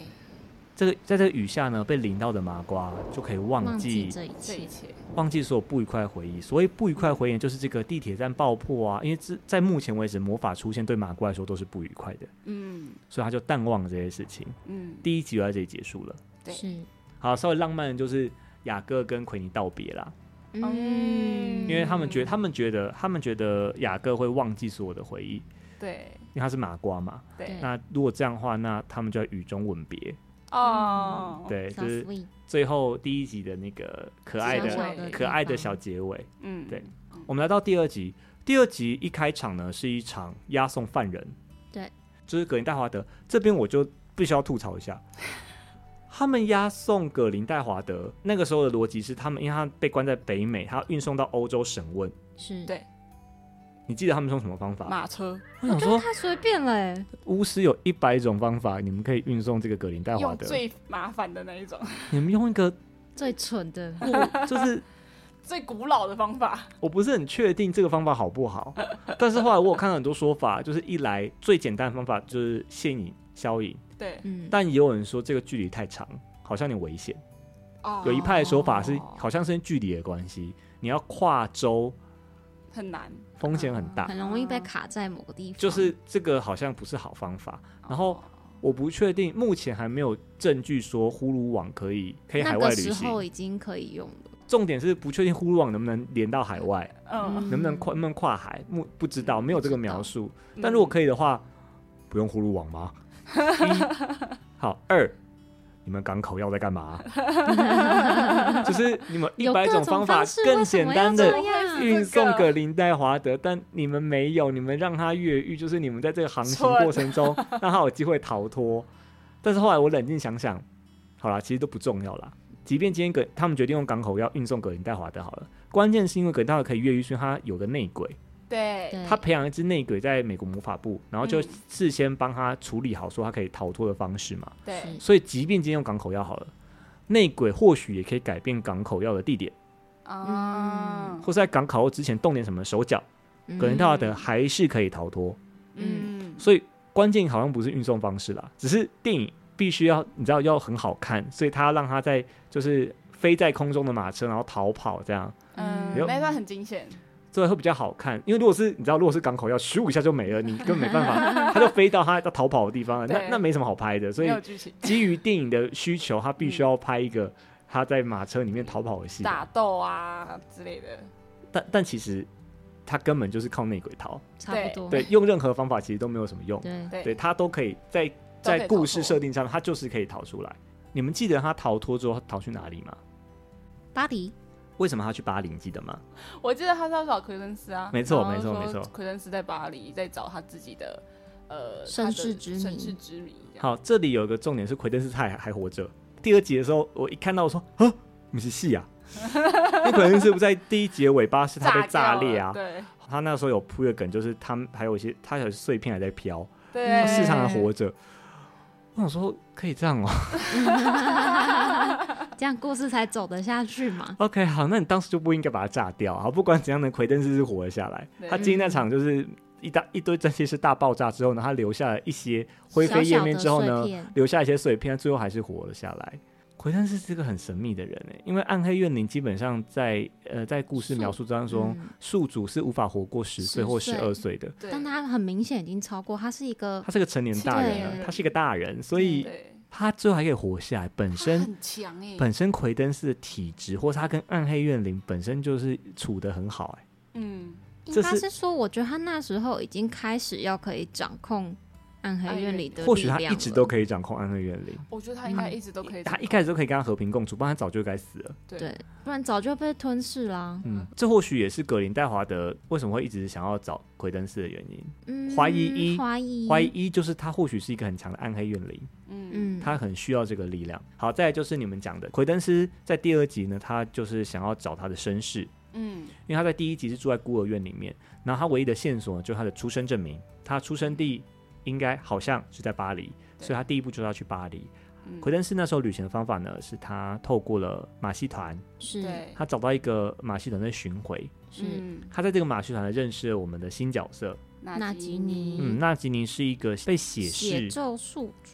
S1: 这个在这个雨下呢，被淋到的麻瓜就可以忘
S5: 忘
S1: 记
S5: 记这一
S3: 这一
S5: 切，
S3: 切，
S1: 忘记所有不愉快的回忆。所谓不愉快的回忆，就是这个地铁站爆破啊，因为这在目前为止，魔法出现对麻瓜来说都是不愉快的。
S3: 嗯
S1: 所以他就淡忘了这些事情。
S3: 嗯，
S1: 第一集就在这里结束了。
S3: 对
S5: 是
S1: 好，稍微浪漫的就是雅各跟奎尼道别啦，
S5: 嗯，
S1: 因为他们觉他们觉得他们觉得雅各会忘记所有的回忆，
S3: 对
S1: 因为他是麻瓜嘛。
S3: 对
S5: 对
S1: 那如果这样的话，那他们就要雨中吻别。
S3: 哦，
S1: 对，
S5: 小
S1: 就是
S5: sweet
S1: 最后第一集的那个可爱
S5: 小
S3: 结
S1: 的
S3: 尾
S5: 小的
S1: 可爱的
S5: 地
S1: 小
S5: 方
S1: 结尾。
S3: 嗯
S1: 对我们来到第二集，第二集一开场呢是一场押送犯人，
S5: 对，
S1: 就是葛林戴华德这边我就必须要吐槽一下， 他们押送葛林戴华德那个时候的逻辑是，他们因为他被关在北美，他要运送到欧洲审问，
S5: 是
S3: 对
S1: 你记得他们用什么方法？
S3: 马车
S1: 我想说，
S5: 太随便了欸，
S1: 巫师有一百种方法，你们可以运送这个葛林戴华
S3: 用
S1: 德，
S3: 最麻烦的那一种，
S1: 你们用一个
S5: 最蠢的，
S1: 过 就是。
S3: 最古老的方法，
S1: 我不是很确定这个方法好不好，但是后来我有看到很多说法，就是一来最简单的方法就是现影消影，
S3: 对，
S5: 嗯，
S1: 但也有人说这个距离太长，好像有点危险。
S3: 哦
S1: 有一派的说法是
S3: 哦
S1: 好像是因为距离的关系，你要跨州
S3: 很难，
S1: 风险很大，
S5: 很容易被卡在某个地方，
S1: 就是这个好像不是好方法。然后
S3: 哦
S1: 我不确定，目前还没有证据说呼噜网可以可以海
S5: 那
S1: 外
S5: 个
S1: 旅
S5: 时候
S1: 行。
S5: 已经可以用了，
S1: 重点是不确定呼噜网能不能连到海外，
S3: 嗯，
S1: 能不能跨能不能跨海，不不知道，没有这个描述。
S3: 嗯
S1: 但如果可以的话，不用呼噜网 吗？一好，二，你们港口要在干嘛？ 就是你们一
S5: 有
S1: 百
S5: 各
S1: 种
S5: 种
S1: 方法
S5: 方式
S1: 更
S5: 为什
S1: 简
S5: 么要
S1: 单
S5: 这
S1: 的
S5: 样
S1: 运送
S3: 这
S1: 给林黛华德，但你们没有，你们让他越狱，就是你们在这个航行
S3: 蠢
S1: 过程中 让他有机会逃脱。但是后来我冷静想想，好啦，其实都不重要啦。即便今天葛他们决定用港口要运送葛林戴华德好了，关键是因为葛林戴华德可以越狱，是因为他有个内鬼，
S3: 嗯对
S5: 对
S1: 他培养一只内鬼在美国魔法部，然后就
S3: 嗯
S1: 事先帮他处理好说他可以逃脱的方式嘛。
S3: 对
S5: 是
S1: 所以即便今天用港口药好了，内鬼或许也可以改变港口药的地点，
S3: 哦啊，
S1: 或是在港口药之前动点什么手脚，葛林
S5: 嗯
S1: 戴华德还是可以逃脱。
S3: 嗯，
S1: 所以关键好像不是运送方式啦，只是电影必须要你知道要很好看，所以他让他在就是飞在空中的马车，然后逃跑这样。
S3: 嗯，
S1: 有
S3: 那一段很惊险，
S1: 这会比较好看。因为如果是你知道，如果是港口要咻一下就没了，你根本没办法， 它就飞到它要逃跑的地方了，那
S3: 对
S1: 那没什么好拍的。所
S3: 没
S1: 以
S3: 有剧情，
S1: 基于电影的需求，他必须要拍一个他在马车里面逃跑的戏。
S3: 打斗啊之类的，
S1: 但但其实他根本就是靠内鬼逃，
S5: 差不多。
S1: 对，用任何方法其实都没有什么用。
S5: 对
S3: 对
S1: 对他都可以在
S3: 都可以
S1: 在故
S3: 逃
S1: 事
S3: 脱
S1: 设定上，他就是可以逃出来。你们记得他逃脱之后他逃去哪里吗？
S5: 巴黎
S1: 为什么他去巴黎？你记得吗？
S3: 我记得他是要找奎恩斯啊，
S1: 没错
S3: 然后
S1: 没错
S3: 说
S1: 没错
S3: 奎恩斯在巴黎在找他自己的呃
S5: 身
S3: 他的
S5: 世之谜
S3: 身世之谜。这样，
S1: 好，这里有一个重点是奎登斯他还还活着。第二集的时候，我一看到我说啊，你是戏啊， 因为奎登斯不在第一集的尾巴是他被炸
S3: 掉
S1: 裂
S3: 了
S1: 啊，
S3: 对
S1: 他那时候有铺一个梗，就是他们还有一些他有碎片还在飘，
S3: 对，
S1: 市场还活着。我想说可以这样哦。
S5: 这样故事才走得下去嘛。
S1: OK，好，那你当时就不应该把它炸掉啊！不管怎样的，奎登斯是活了下来
S3: 对。
S1: 他经历那场就是一大一堆这些是大爆炸之后呢，他留下了一些灰飞烟灭之后
S5: 小小
S1: 呢
S5: 的碎，片
S1: 留下一些碎片，最后还是活了下来。奎登斯是个很神秘的人诶，因为暗黑怨灵基本上在呃在故事
S5: 宿
S1: 描述当中，
S5: 嗯
S1: 宿主是无法活过十岁
S5: 10
S1: 或十
S5: 岁
S1: 二岁的，
S3: 对
S5: 但他很明显已经超过，他是一个
S1: 他是个成年大人了
S5: 对，
S1: 他是一个大人，所以
S3: 对
S1: 他最后还可以活下来，本
S3: 他
S1: 身
S3: 很强哎，
S1: 本身奎登斯的体质，或是他跟暗黑怨灵本身就是处得很好、哎，
S3: 嗯，
S5: 应该
S1: 这
S5: 是说，我觉得他那时候已经开始要可以掌控暗黑院里的
S1: 或许他
S5: 力
S1: 一
S5: 量
S1: 直
S5: 了
S1: 都可以掌控暗黑怨灵，
S3: 我觉得他应该一直都可以，
S1: 他一开始都可以跟他和平共处，不然他早就该死了。
S5: 对，不然早就被吞噬啦。
S1: 嗯，这或许也是葛林戴华德为什么会一直想要找奎登斯的原因。
S5: 嗯，
S1: 怀疑一
S5: 怀疑
S1: 怀疑，一就是他或许是一个很强的暗黑怨灵，
S3: 嗯
S5: 嗯，
S1: 他很需要这个力量。好，再来就是你们讲的奎登斯在第二集呢，他就是想要找他的身世，
S3: 嗯
S1: 因为他在第一集是住在孤儿院里面，然后他唯一的线索就是他的出生证明，他出生地应该好像是在巴黎，
S3: 对
S1: 所以他第一步就是要去巴黎。
S3: 嗯，
S1: 奎登斯那时候旅行的方法呢，是他透过了马戏团，
S5: 是
S3: 对，
S1: 他找到一个马戏团在巡回，
S5: 是
S3: 嗯，
S1: 他在这个马戏团呢认识了我们的新角色，
S5: 纳
S3: 纳
S5: 吉
S3: 吉
S5: 尼
S1: 嗯，纳吉尼是一个被写
S5: 写
S1: 是
S5: 咒术主，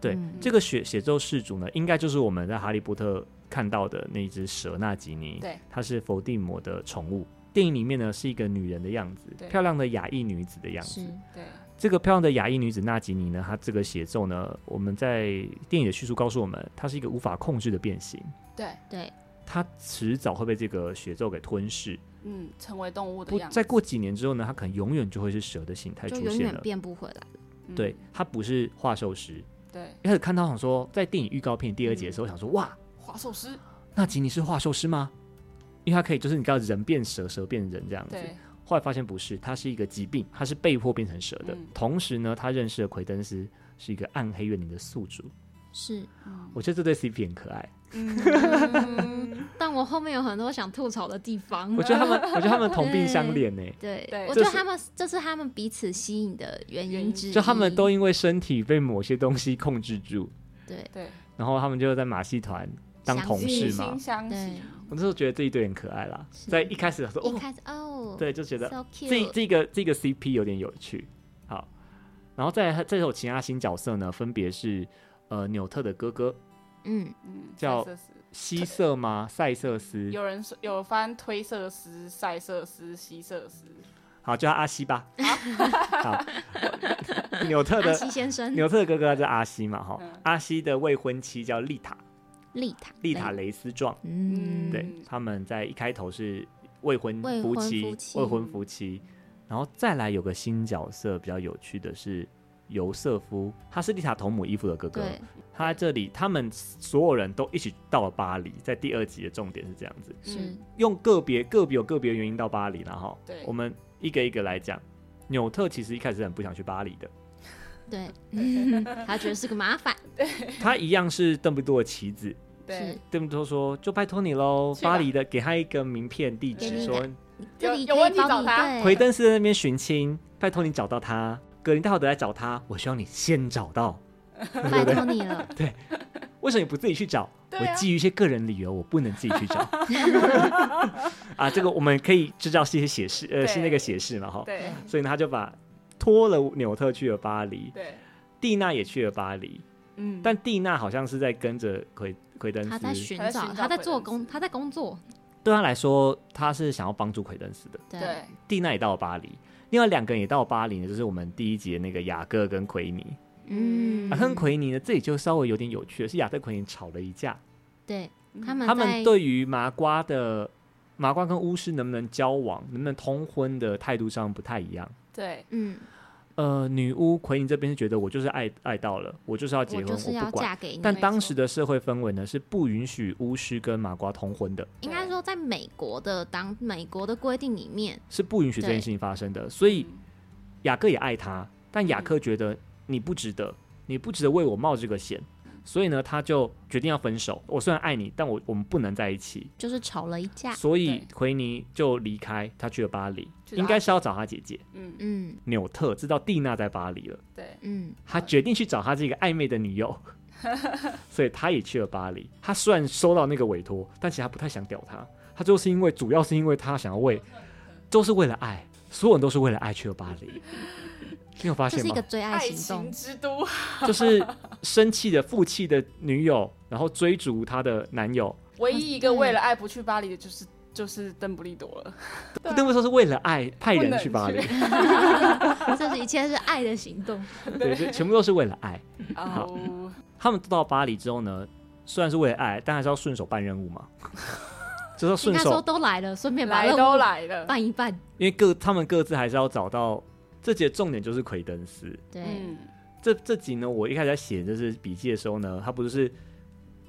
S1: 对
S5: 嗯
S1: 这个血血咒氏族呢，应该就是我们在《哈利波特》看到的那只蛇纳吉尼，
S3: 对，
S1: 它是伏地魔的宠物。电影里面呢是一个女人的样子
S3: 对，
S1: 漂亮的亚裔女子的样子
S5: 是。
S3: 对，
S1: 这个漂亮的亚裔女子纳吉尼呢，她这个写咒呢，我们在电影的叙述告诉我们，她是一个无法控制的变形，
S3: 对，
S5: 对，
S1: 她迟早会被这个血咒给吞噬。
S3: 嗯，成为动物的
S1: 不，
S3: 样子，
S1: 再过几年之后呢，她可能永远就会是蛇的形态
S5: 就
S1: 出
S5: 永
S1: 现
S5: 远
S1: 了。
S5: 变不回来。
S3: 嗯
S1: 对，她不是化兽师。
S3: 对，
S1: 一开始看到想说，在电影预告片第二节
S5: 嗯
S1: 的时候，想说哇，
S3: 滑手师，
S1: 纳吉尼是化兽师吗？因为他可以，就是你知道人变蛇，蛇变人这样子。
S3: 对，
S1: 后来发现不是，它是一个疾病，它是被迫变成蛇的。
S3: 嗯
S1: 同时呢，他认识了奎登斯，是一个暗黑怨灵的宿主。
S5: 是，
S1: 我觉得这对 CP 很可爱。
S3: 嗯，
S5: 但我后面有很多想吐槽的地方啊
S1: 我。觉得他们，我觉得他们同病相怜 呢、
S5: 对
S3: 对，
S1: 这
S5: 我觉得
S1: 是
S5: 他们这是他们彼此吸引的原
S3: 原
S5: 因
S3: 因
S5: 之一，
S1: 就他们都因为身体被某些东西控制住，
S5: 对
S3: 对，
S1: 然后他们就在马戏团当同
S5: 是
S1: 事
S3: 惺
S1: 嘛
S3: 惺。相惜
S5: 对，
S1: 我那时候觉得这一对很可爱啦，
S5: 是
S1: 在一开始的时候
S5: 一
S1: 哦，
S5: 开始哦，
S1: 对，就觉得
S5: ，so
S1: 这
S5: cute，
S1: 这个这个 CP 有点有趣。好，然后再来这首其他新角色呢，分别是呃纽特的哥哥
S5: 嗯，
S3: 嗯，
S1: 叫
S3: 塞瑟斯
S1: 西瑟吗？塞瑟斯，
S3: 有人说有翻推瑟斯、塞瑟斯、西瑟斯，
S1: 好，叫他阿西吧。好，纽特
S5: 阿
S1: 的
S5: 西先生，
S1: 纽特的哥哥叫阿西嘛，哈
S3: 嗯，
S1: 阿西的未婚妻叫丽塔，
S5: 丽塔，
S1: 丽塔，雷斯壮。
S5: 哎嗯，
S1: 对
S3: 嗯，
S1: 他们在一开头是未婚
S5: 未
S1: 夫
S5: 婚
S1: 妻，
S5: 夫妻
S1: 未婚夫妻，然后再来有个新角色比较有趣的是尤瑟夫，他是丽塔同母异父的哥哥。
S5: 对，
S1: 他在这里，他们所有人都一起到了巴黎，在第二集的重点是这样子，
S5: 是
S3: 嗯
S1: 用个别个别有个别的原因到巴黎，然后
S3: 对
S1: 我们一个一个来讲。纽特其实一开始很不想去巴黎的，
S5: 对， 他觉得是个麻烦，
S1: 他一样是邓布利多的棋子。
S5: 是
S3: 对，
S1: 邓布利多说：“就拜托你喽，
S3: 去吧
S1: 巴黎的，给他一个名片地
S5: 给你
S1: 址，
S5: 一
S1: 说
S5: 个这
S3: 有
S5: 里
S3: 有
S5: 可
S3: 问
S5: 以
S3: 题
S5: 帮
S3: 找
S5: 你
S3: 他
S5: 对
S1: 奎登斯在那边寻亲，拜托你找到他，格林戴华德来找他，我希望你先找到。
S5: 拜托你了，
S1: 为什么你不自己去找？
S3: 对啊
S1: 我基于一些个人理由，我不能自己 去找。啊，这个我们可以知道是一些写事，呃，
S3: 对
S1: 是那个写事嘛，哈。
S3: 对
S1: 所以呢，他就把拖了纽特去了巴黎，
S3: 对，
S1: 蒂娜也去了巴黎，
S3: 嗯，
S1: 但蒂娜好像是在跟着奎奎登
S5: 他在
S1: 斯。
S5: 寻
S3: 他在
S5: 找，
S3: 寻
S5: 他
S3: 找
S5: 在
S3: 奎
S5: 做
S3: 恩斯
S5: 工，他在工作，
S1: 对他来说，他是想要帮助奎登斯的。
S5: 对
S3: 对，
S1: 蒂娜也到了巴黎，另外两个人也到了巴黎呢，就是我们第一集的那个雅各跟奎尼。
S5: 嗯
S1: 雅克跟奎尼呢，这里就稍微有点有趣了，是雅克奎尼吵了一架，
S5: 对，
S3: 嗯
S5: 他们
S1: 他
S5: 在
S1: 们对于麻瓜的麻瓜跟巫师能不能交往、能不能通婚的态度上不太一样。
S3: 对，
S5: 嗯，
S1: 呃，女巫奎尼这边是觉得我就是爱爱到了，我就是要结
S5: 我
S1: 婚，我
S5: 就是要
S1: 不管。
S5: 嫁给你。
S1: 但
S3: 没
S1: 当
S3: 错
S1: 时的社会氛围呢，是不允许巫师跟麻瓜通婚的，
S5: 应该说，在美国的当美国的规定里面，
S1: 是不允许这件
S5: 对
S1: 事情发生的。所以
S3: 嗯
S1: 雅各也爱他，但雅
S3: 嗯
S1: 各觉得你不值得，你不值得为我冒这个险，所以呢，他就决定要分手。我虽然爱你，但我我们不能在一起。
S5: 就是吵了一架。
S1: 所以
S3: 对
S1: 奎尼就离开，他去了巴黎，
S5: 啊
S3: 去
S1: 应
S3: 哪
S1: 该
S3: 里
S1: 是要找他姐姐
S3: 嗯，
S5: 嗯
S1: 纽特，知道蒂娜在巴黎了，
S3: 对，
S5: 嗯，
S1: 他决定去找他这个暧昧的女 友，所以他也去了巴黎。他虽然收到那个委托，但其实他不太想屌他，他就是因为主要是因为他想要为，都是为了爱，所有人都是为了爱去了巴 黎。你有发
S5: 这
S1: 现
S5: 是一
S1: 吗
S5: 个？追爱
S3: 爱
S5: 行
S3: 情
S5: 动。
S3: 之都，
S1: 就是生气的、负气的女友，然后追逐她的男友，
S3: 唯一一个为了爱不去巴黎的就是就是邓布利多了。对啊
S1: 不能说是为了爱派
S3: 不
S1: 人
S3: 能
S1: 去巴黎，
S5: 这是一切是爱的行动。
S1: 对，就全部都是为了爱。
S3: 哦，
S1: 他们到巴黎之后呢，虽然是为了爱，但还是要顺手办任务 嘛，就是要
S5: 应
S1: 顺
S5: 该说
S1: 手，
S5: 都来了，顺便把
S3: 来
S5: 任
S3: 都
S5: 务
S3: 来了，
S5: 办一办。
S1: 因为各他们各自还是要找到。这集的重点就是奎登斯。
S5: 对，
S3: 嗯，
S1: 这这集呢，我一开始在写这是笔记的时候呢，它不是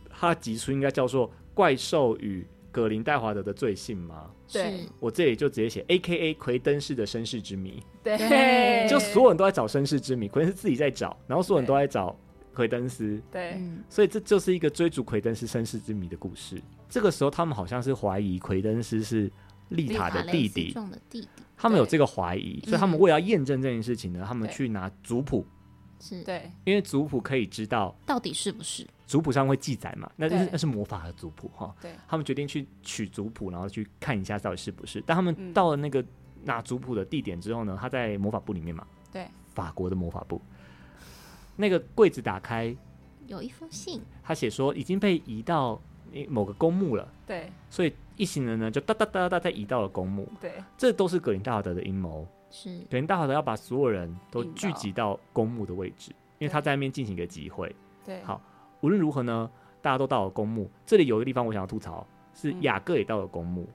S1: 它集数应该叫做《怪兽与格林戴华德的罪行》吗？
S3: 对
S5: 是
S1: 我这里就直接写 A K A 奎登式的身世之谜，
S3: 对，
S5: 对
S1: 就所有人都在找身世之谜，奎登斯自己在找，然后所有人都在找奎登斯，
S3: 对，
S5: 嗯，
S1: 所以这就是一个追逐奎登斯身世之谜的故事。这个时候，他们好像是怀疑奎登斯是丽塔的弟
S5: 丽塔雷斯
S1: 弟，
S5: 壮的弟弟
S1: 他们有这个怀疑，
S5: 嗯
S1: 所以他们为了要验证这件事情呢，他们
S3: 对
S1: 去拿族谱，
S5: 是
S3: 对，
S1: 因为族谱可以知道。
S5: 到底是不是？
S1: 族谱上会记载嘛？那就是
S3: 对
S1: 那是魔法的族谱哈。
S3: 对，
S1: 他们决定去取族谱，然后去看一下到底是不是。但他们
S3: 嗯
S1: 到了那个拿族谱的地点之后呢，他在魔法部里面嘛。
S3: 对，
S1: 法国的魔法部，那个柜子打开，
S5: 有一封信，
S1: 他写说已经被移到诶某个公墓了。
S3: 对，
S1: 所以一行人呢就哒哒哒哒哒再移到了公墓，
S3: 对，
S1: 这都是格林大华德的阴谋。
S5: 是
S1: 格林大华德要把所有人都聚集到公墓的位置，因为他在那边进行一个集会。
S3: 对，
S1: 好无论如何呢，大家都到了公墓。这里有一个地方我想要吐槽，是
S3: 嗯
S1: 雅各也到了公墓。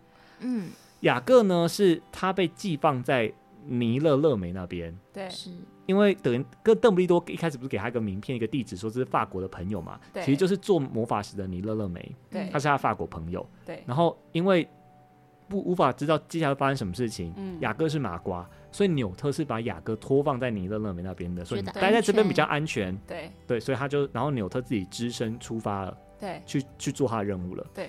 S5: 嗯
S1: 雅各呢是他被寄放在尼勒勒梅那边。
S3: 对，
S5: 是
S1: 因为等跟邓布利多一开始不是给他一个名片、一个地址，说这是法国的朋友嘛，
S3: 对
S1: 其实就是做魔法石的尼勒勒梅，
S3: 对
S1: 他，是他法国朋友。
S3: 对，
S1: 然后因为不无法知道接下来发生什么事情，
S3: 嗯
S1: 雅各是麻瓜，所以纽特是把雅各托放在尼勒勒梅那边的，所以
S5: 觉得
S1: 待在这边
S5: 安全
S1: 比较安全。
S3: 对，
S1: 对，所以他就然后纽特自己只身出发了，
S3: 对，
S1: 去去做他的任务了。
S3: 对，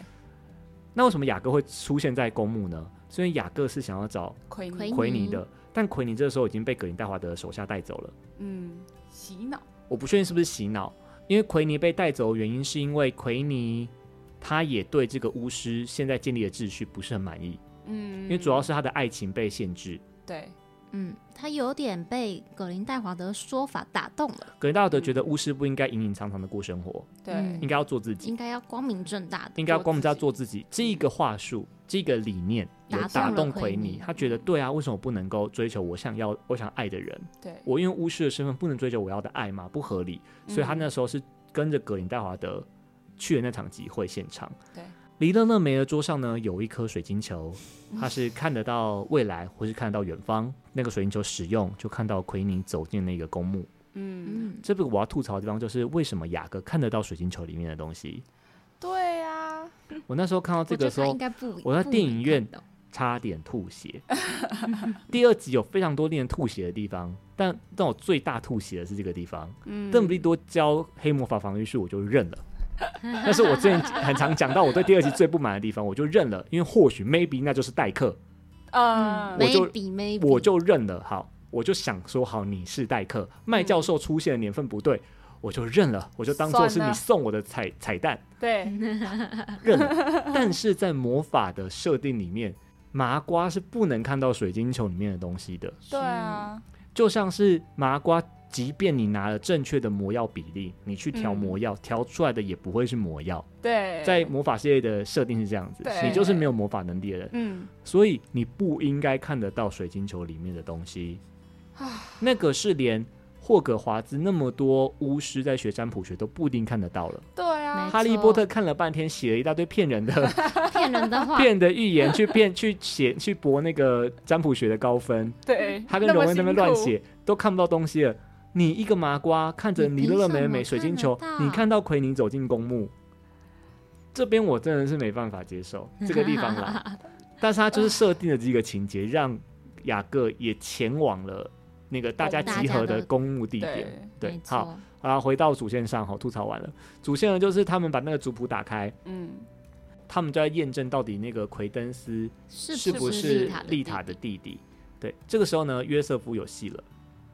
S1: 那为什么雅各会出现在公墓呢？是因为雅各是想要找
S3: 奎
S5: 奎
S3: 尼，
S1: 奎尼的，但奎尼这时候已经被格林戴华德手下带走了。
S3: 嗯，洗脑，
S1: 我不确定是不是洗脑，因为奎尼被带走的原因是因为奎尼他也对这个巫师现在建立的秩序不是很满意。
S3: 嗯，
S1: 因为主要是他的爱情被限制。
S3: 对，
S5: 嗯，他有点被葛林戴华德说法打动
S3: 嗯
S5: 了，
S1: 格林道德觉得巫师不应该隐隐藏藏的过生活，
S3: 对
S5: 嗯，
S1: 应该要做自己，
S5: 应该要光明正大的。
S1: 应该要光明正大做自己。这一个话术，这个理念有
S5: 打动
S1: 打
S5: 了
S1: 动
S5: 奎
S1: 奎尼
S5: 尼，
S1: 他觉得对啊，为什么不能够追求我想要、我想爱的人？
S3: 对，
S1: 我因为巫师的身份不能追求我要的爱吗？不合理。所以他那时候是跟着格林戴华德去了那场集会现场。
S3: 对，
S1: 离勒勒梅的桌上呢有一颗水晶球，他是看得到未来或是看得到远方。那个水晶球使用，就看到奎尼走进那个公墓。
S3: 嗯，
S5: 嗯，
S1: 这个我要吐槽的地方就是为什么雅各看得到水晶球里面的东西？
S3: 对啊呀，
S1: 我那时候看到
S5: 嗯我
S1: 这个
S5: 觉得
S1: 时
S5: 他
S1: 候
S5: 应，该不，
S1: 我在
S5: 不
S1: 电
S5: 能
S1: 影院
S5: 看到
S1: 差点吐血。 第二集有非常多令人吐血的地方，但让我最大吐血的是这个地方。
S3: 嗯，
S1: 邓布利多教黑魔法防御术，我就认了。但是我之前很常讲到我对第二集最不满的地方，我就认了，因为或许 maybe 那就是代课，
S3: 嗯，
S1: 我就
S5: maybe maybe，
S1: 我就认了。好，我就想说，好，你是代课，麦教授出现的年份不对，我就认了，我就当做是
S3: 算
S1: 你
S3: 了
S1: 送我的彩彩蛋。
S5: 嗯
S3: 对，
S1: 认了。 但是在魔法的设定里面，麻瓜是不能看到水晶球里面的东西的，
S5: 是
S3: 对，啊，
S1: 就像是麻瓜，即便你拿了正确的魔药比例，你去调魔药，调出来的也不会是魔药。
S3: 嗯对，
S1: 在魔法世界的设定是这样子，
S3: 对
S1: 你就是没有魔法能力的人，
S3: 嗯，
S1: 所以你不应该看得到水晶球里面的东 西。那个是连霍格华兹那么多巫师在学占卜学都不一定看得到了。
S3: 对啊
S5: 没，
S1: 哈利波特看了半天，写了一大堆骗人的、
S5: 骗人的话，
S1: 骗人的预言，去骗、去写、去博那个占卜学的高分。
S3: 对，
S1: 他跟
S3: 那
S1: 荣
S3: 么
S1: 恩那边
S3: 辛
S1: 乱
S3: 苦，
S1: 写，都看不到东西了。你一个麻瓜看着
S5: 你
S1: 尼乐乐美
S5: 凭什
S1: 美
S5: 么
S1: 水晶
S5: 看得
S1: 球，
S5: 到
S1: 你看到奎尼走进公墓，这边我真的是没办法接 受这个地方啦。但是他就是设定了这个情节，让雅各也前往了那个大家
S5: 大
S1: 集
S5: 家
S1: 合
S5: 的
S1: 的公墓地
S3: 对
S1: 点。对
S5: 没，错
S1: 好，，然后回到主线上，好，吐槽完了。主线呢，就是他们把那个族谱打开，
S3: 嗯，
S1: 他们就在验证到底那个奎登斯
S5: 是
S1: 不
S5: 是
S1: 是丽塔的
S5: 的弟
S1: 弟
S5: 弟？
S1: 弟？对，这个时候呢，约瑟夫有戏了。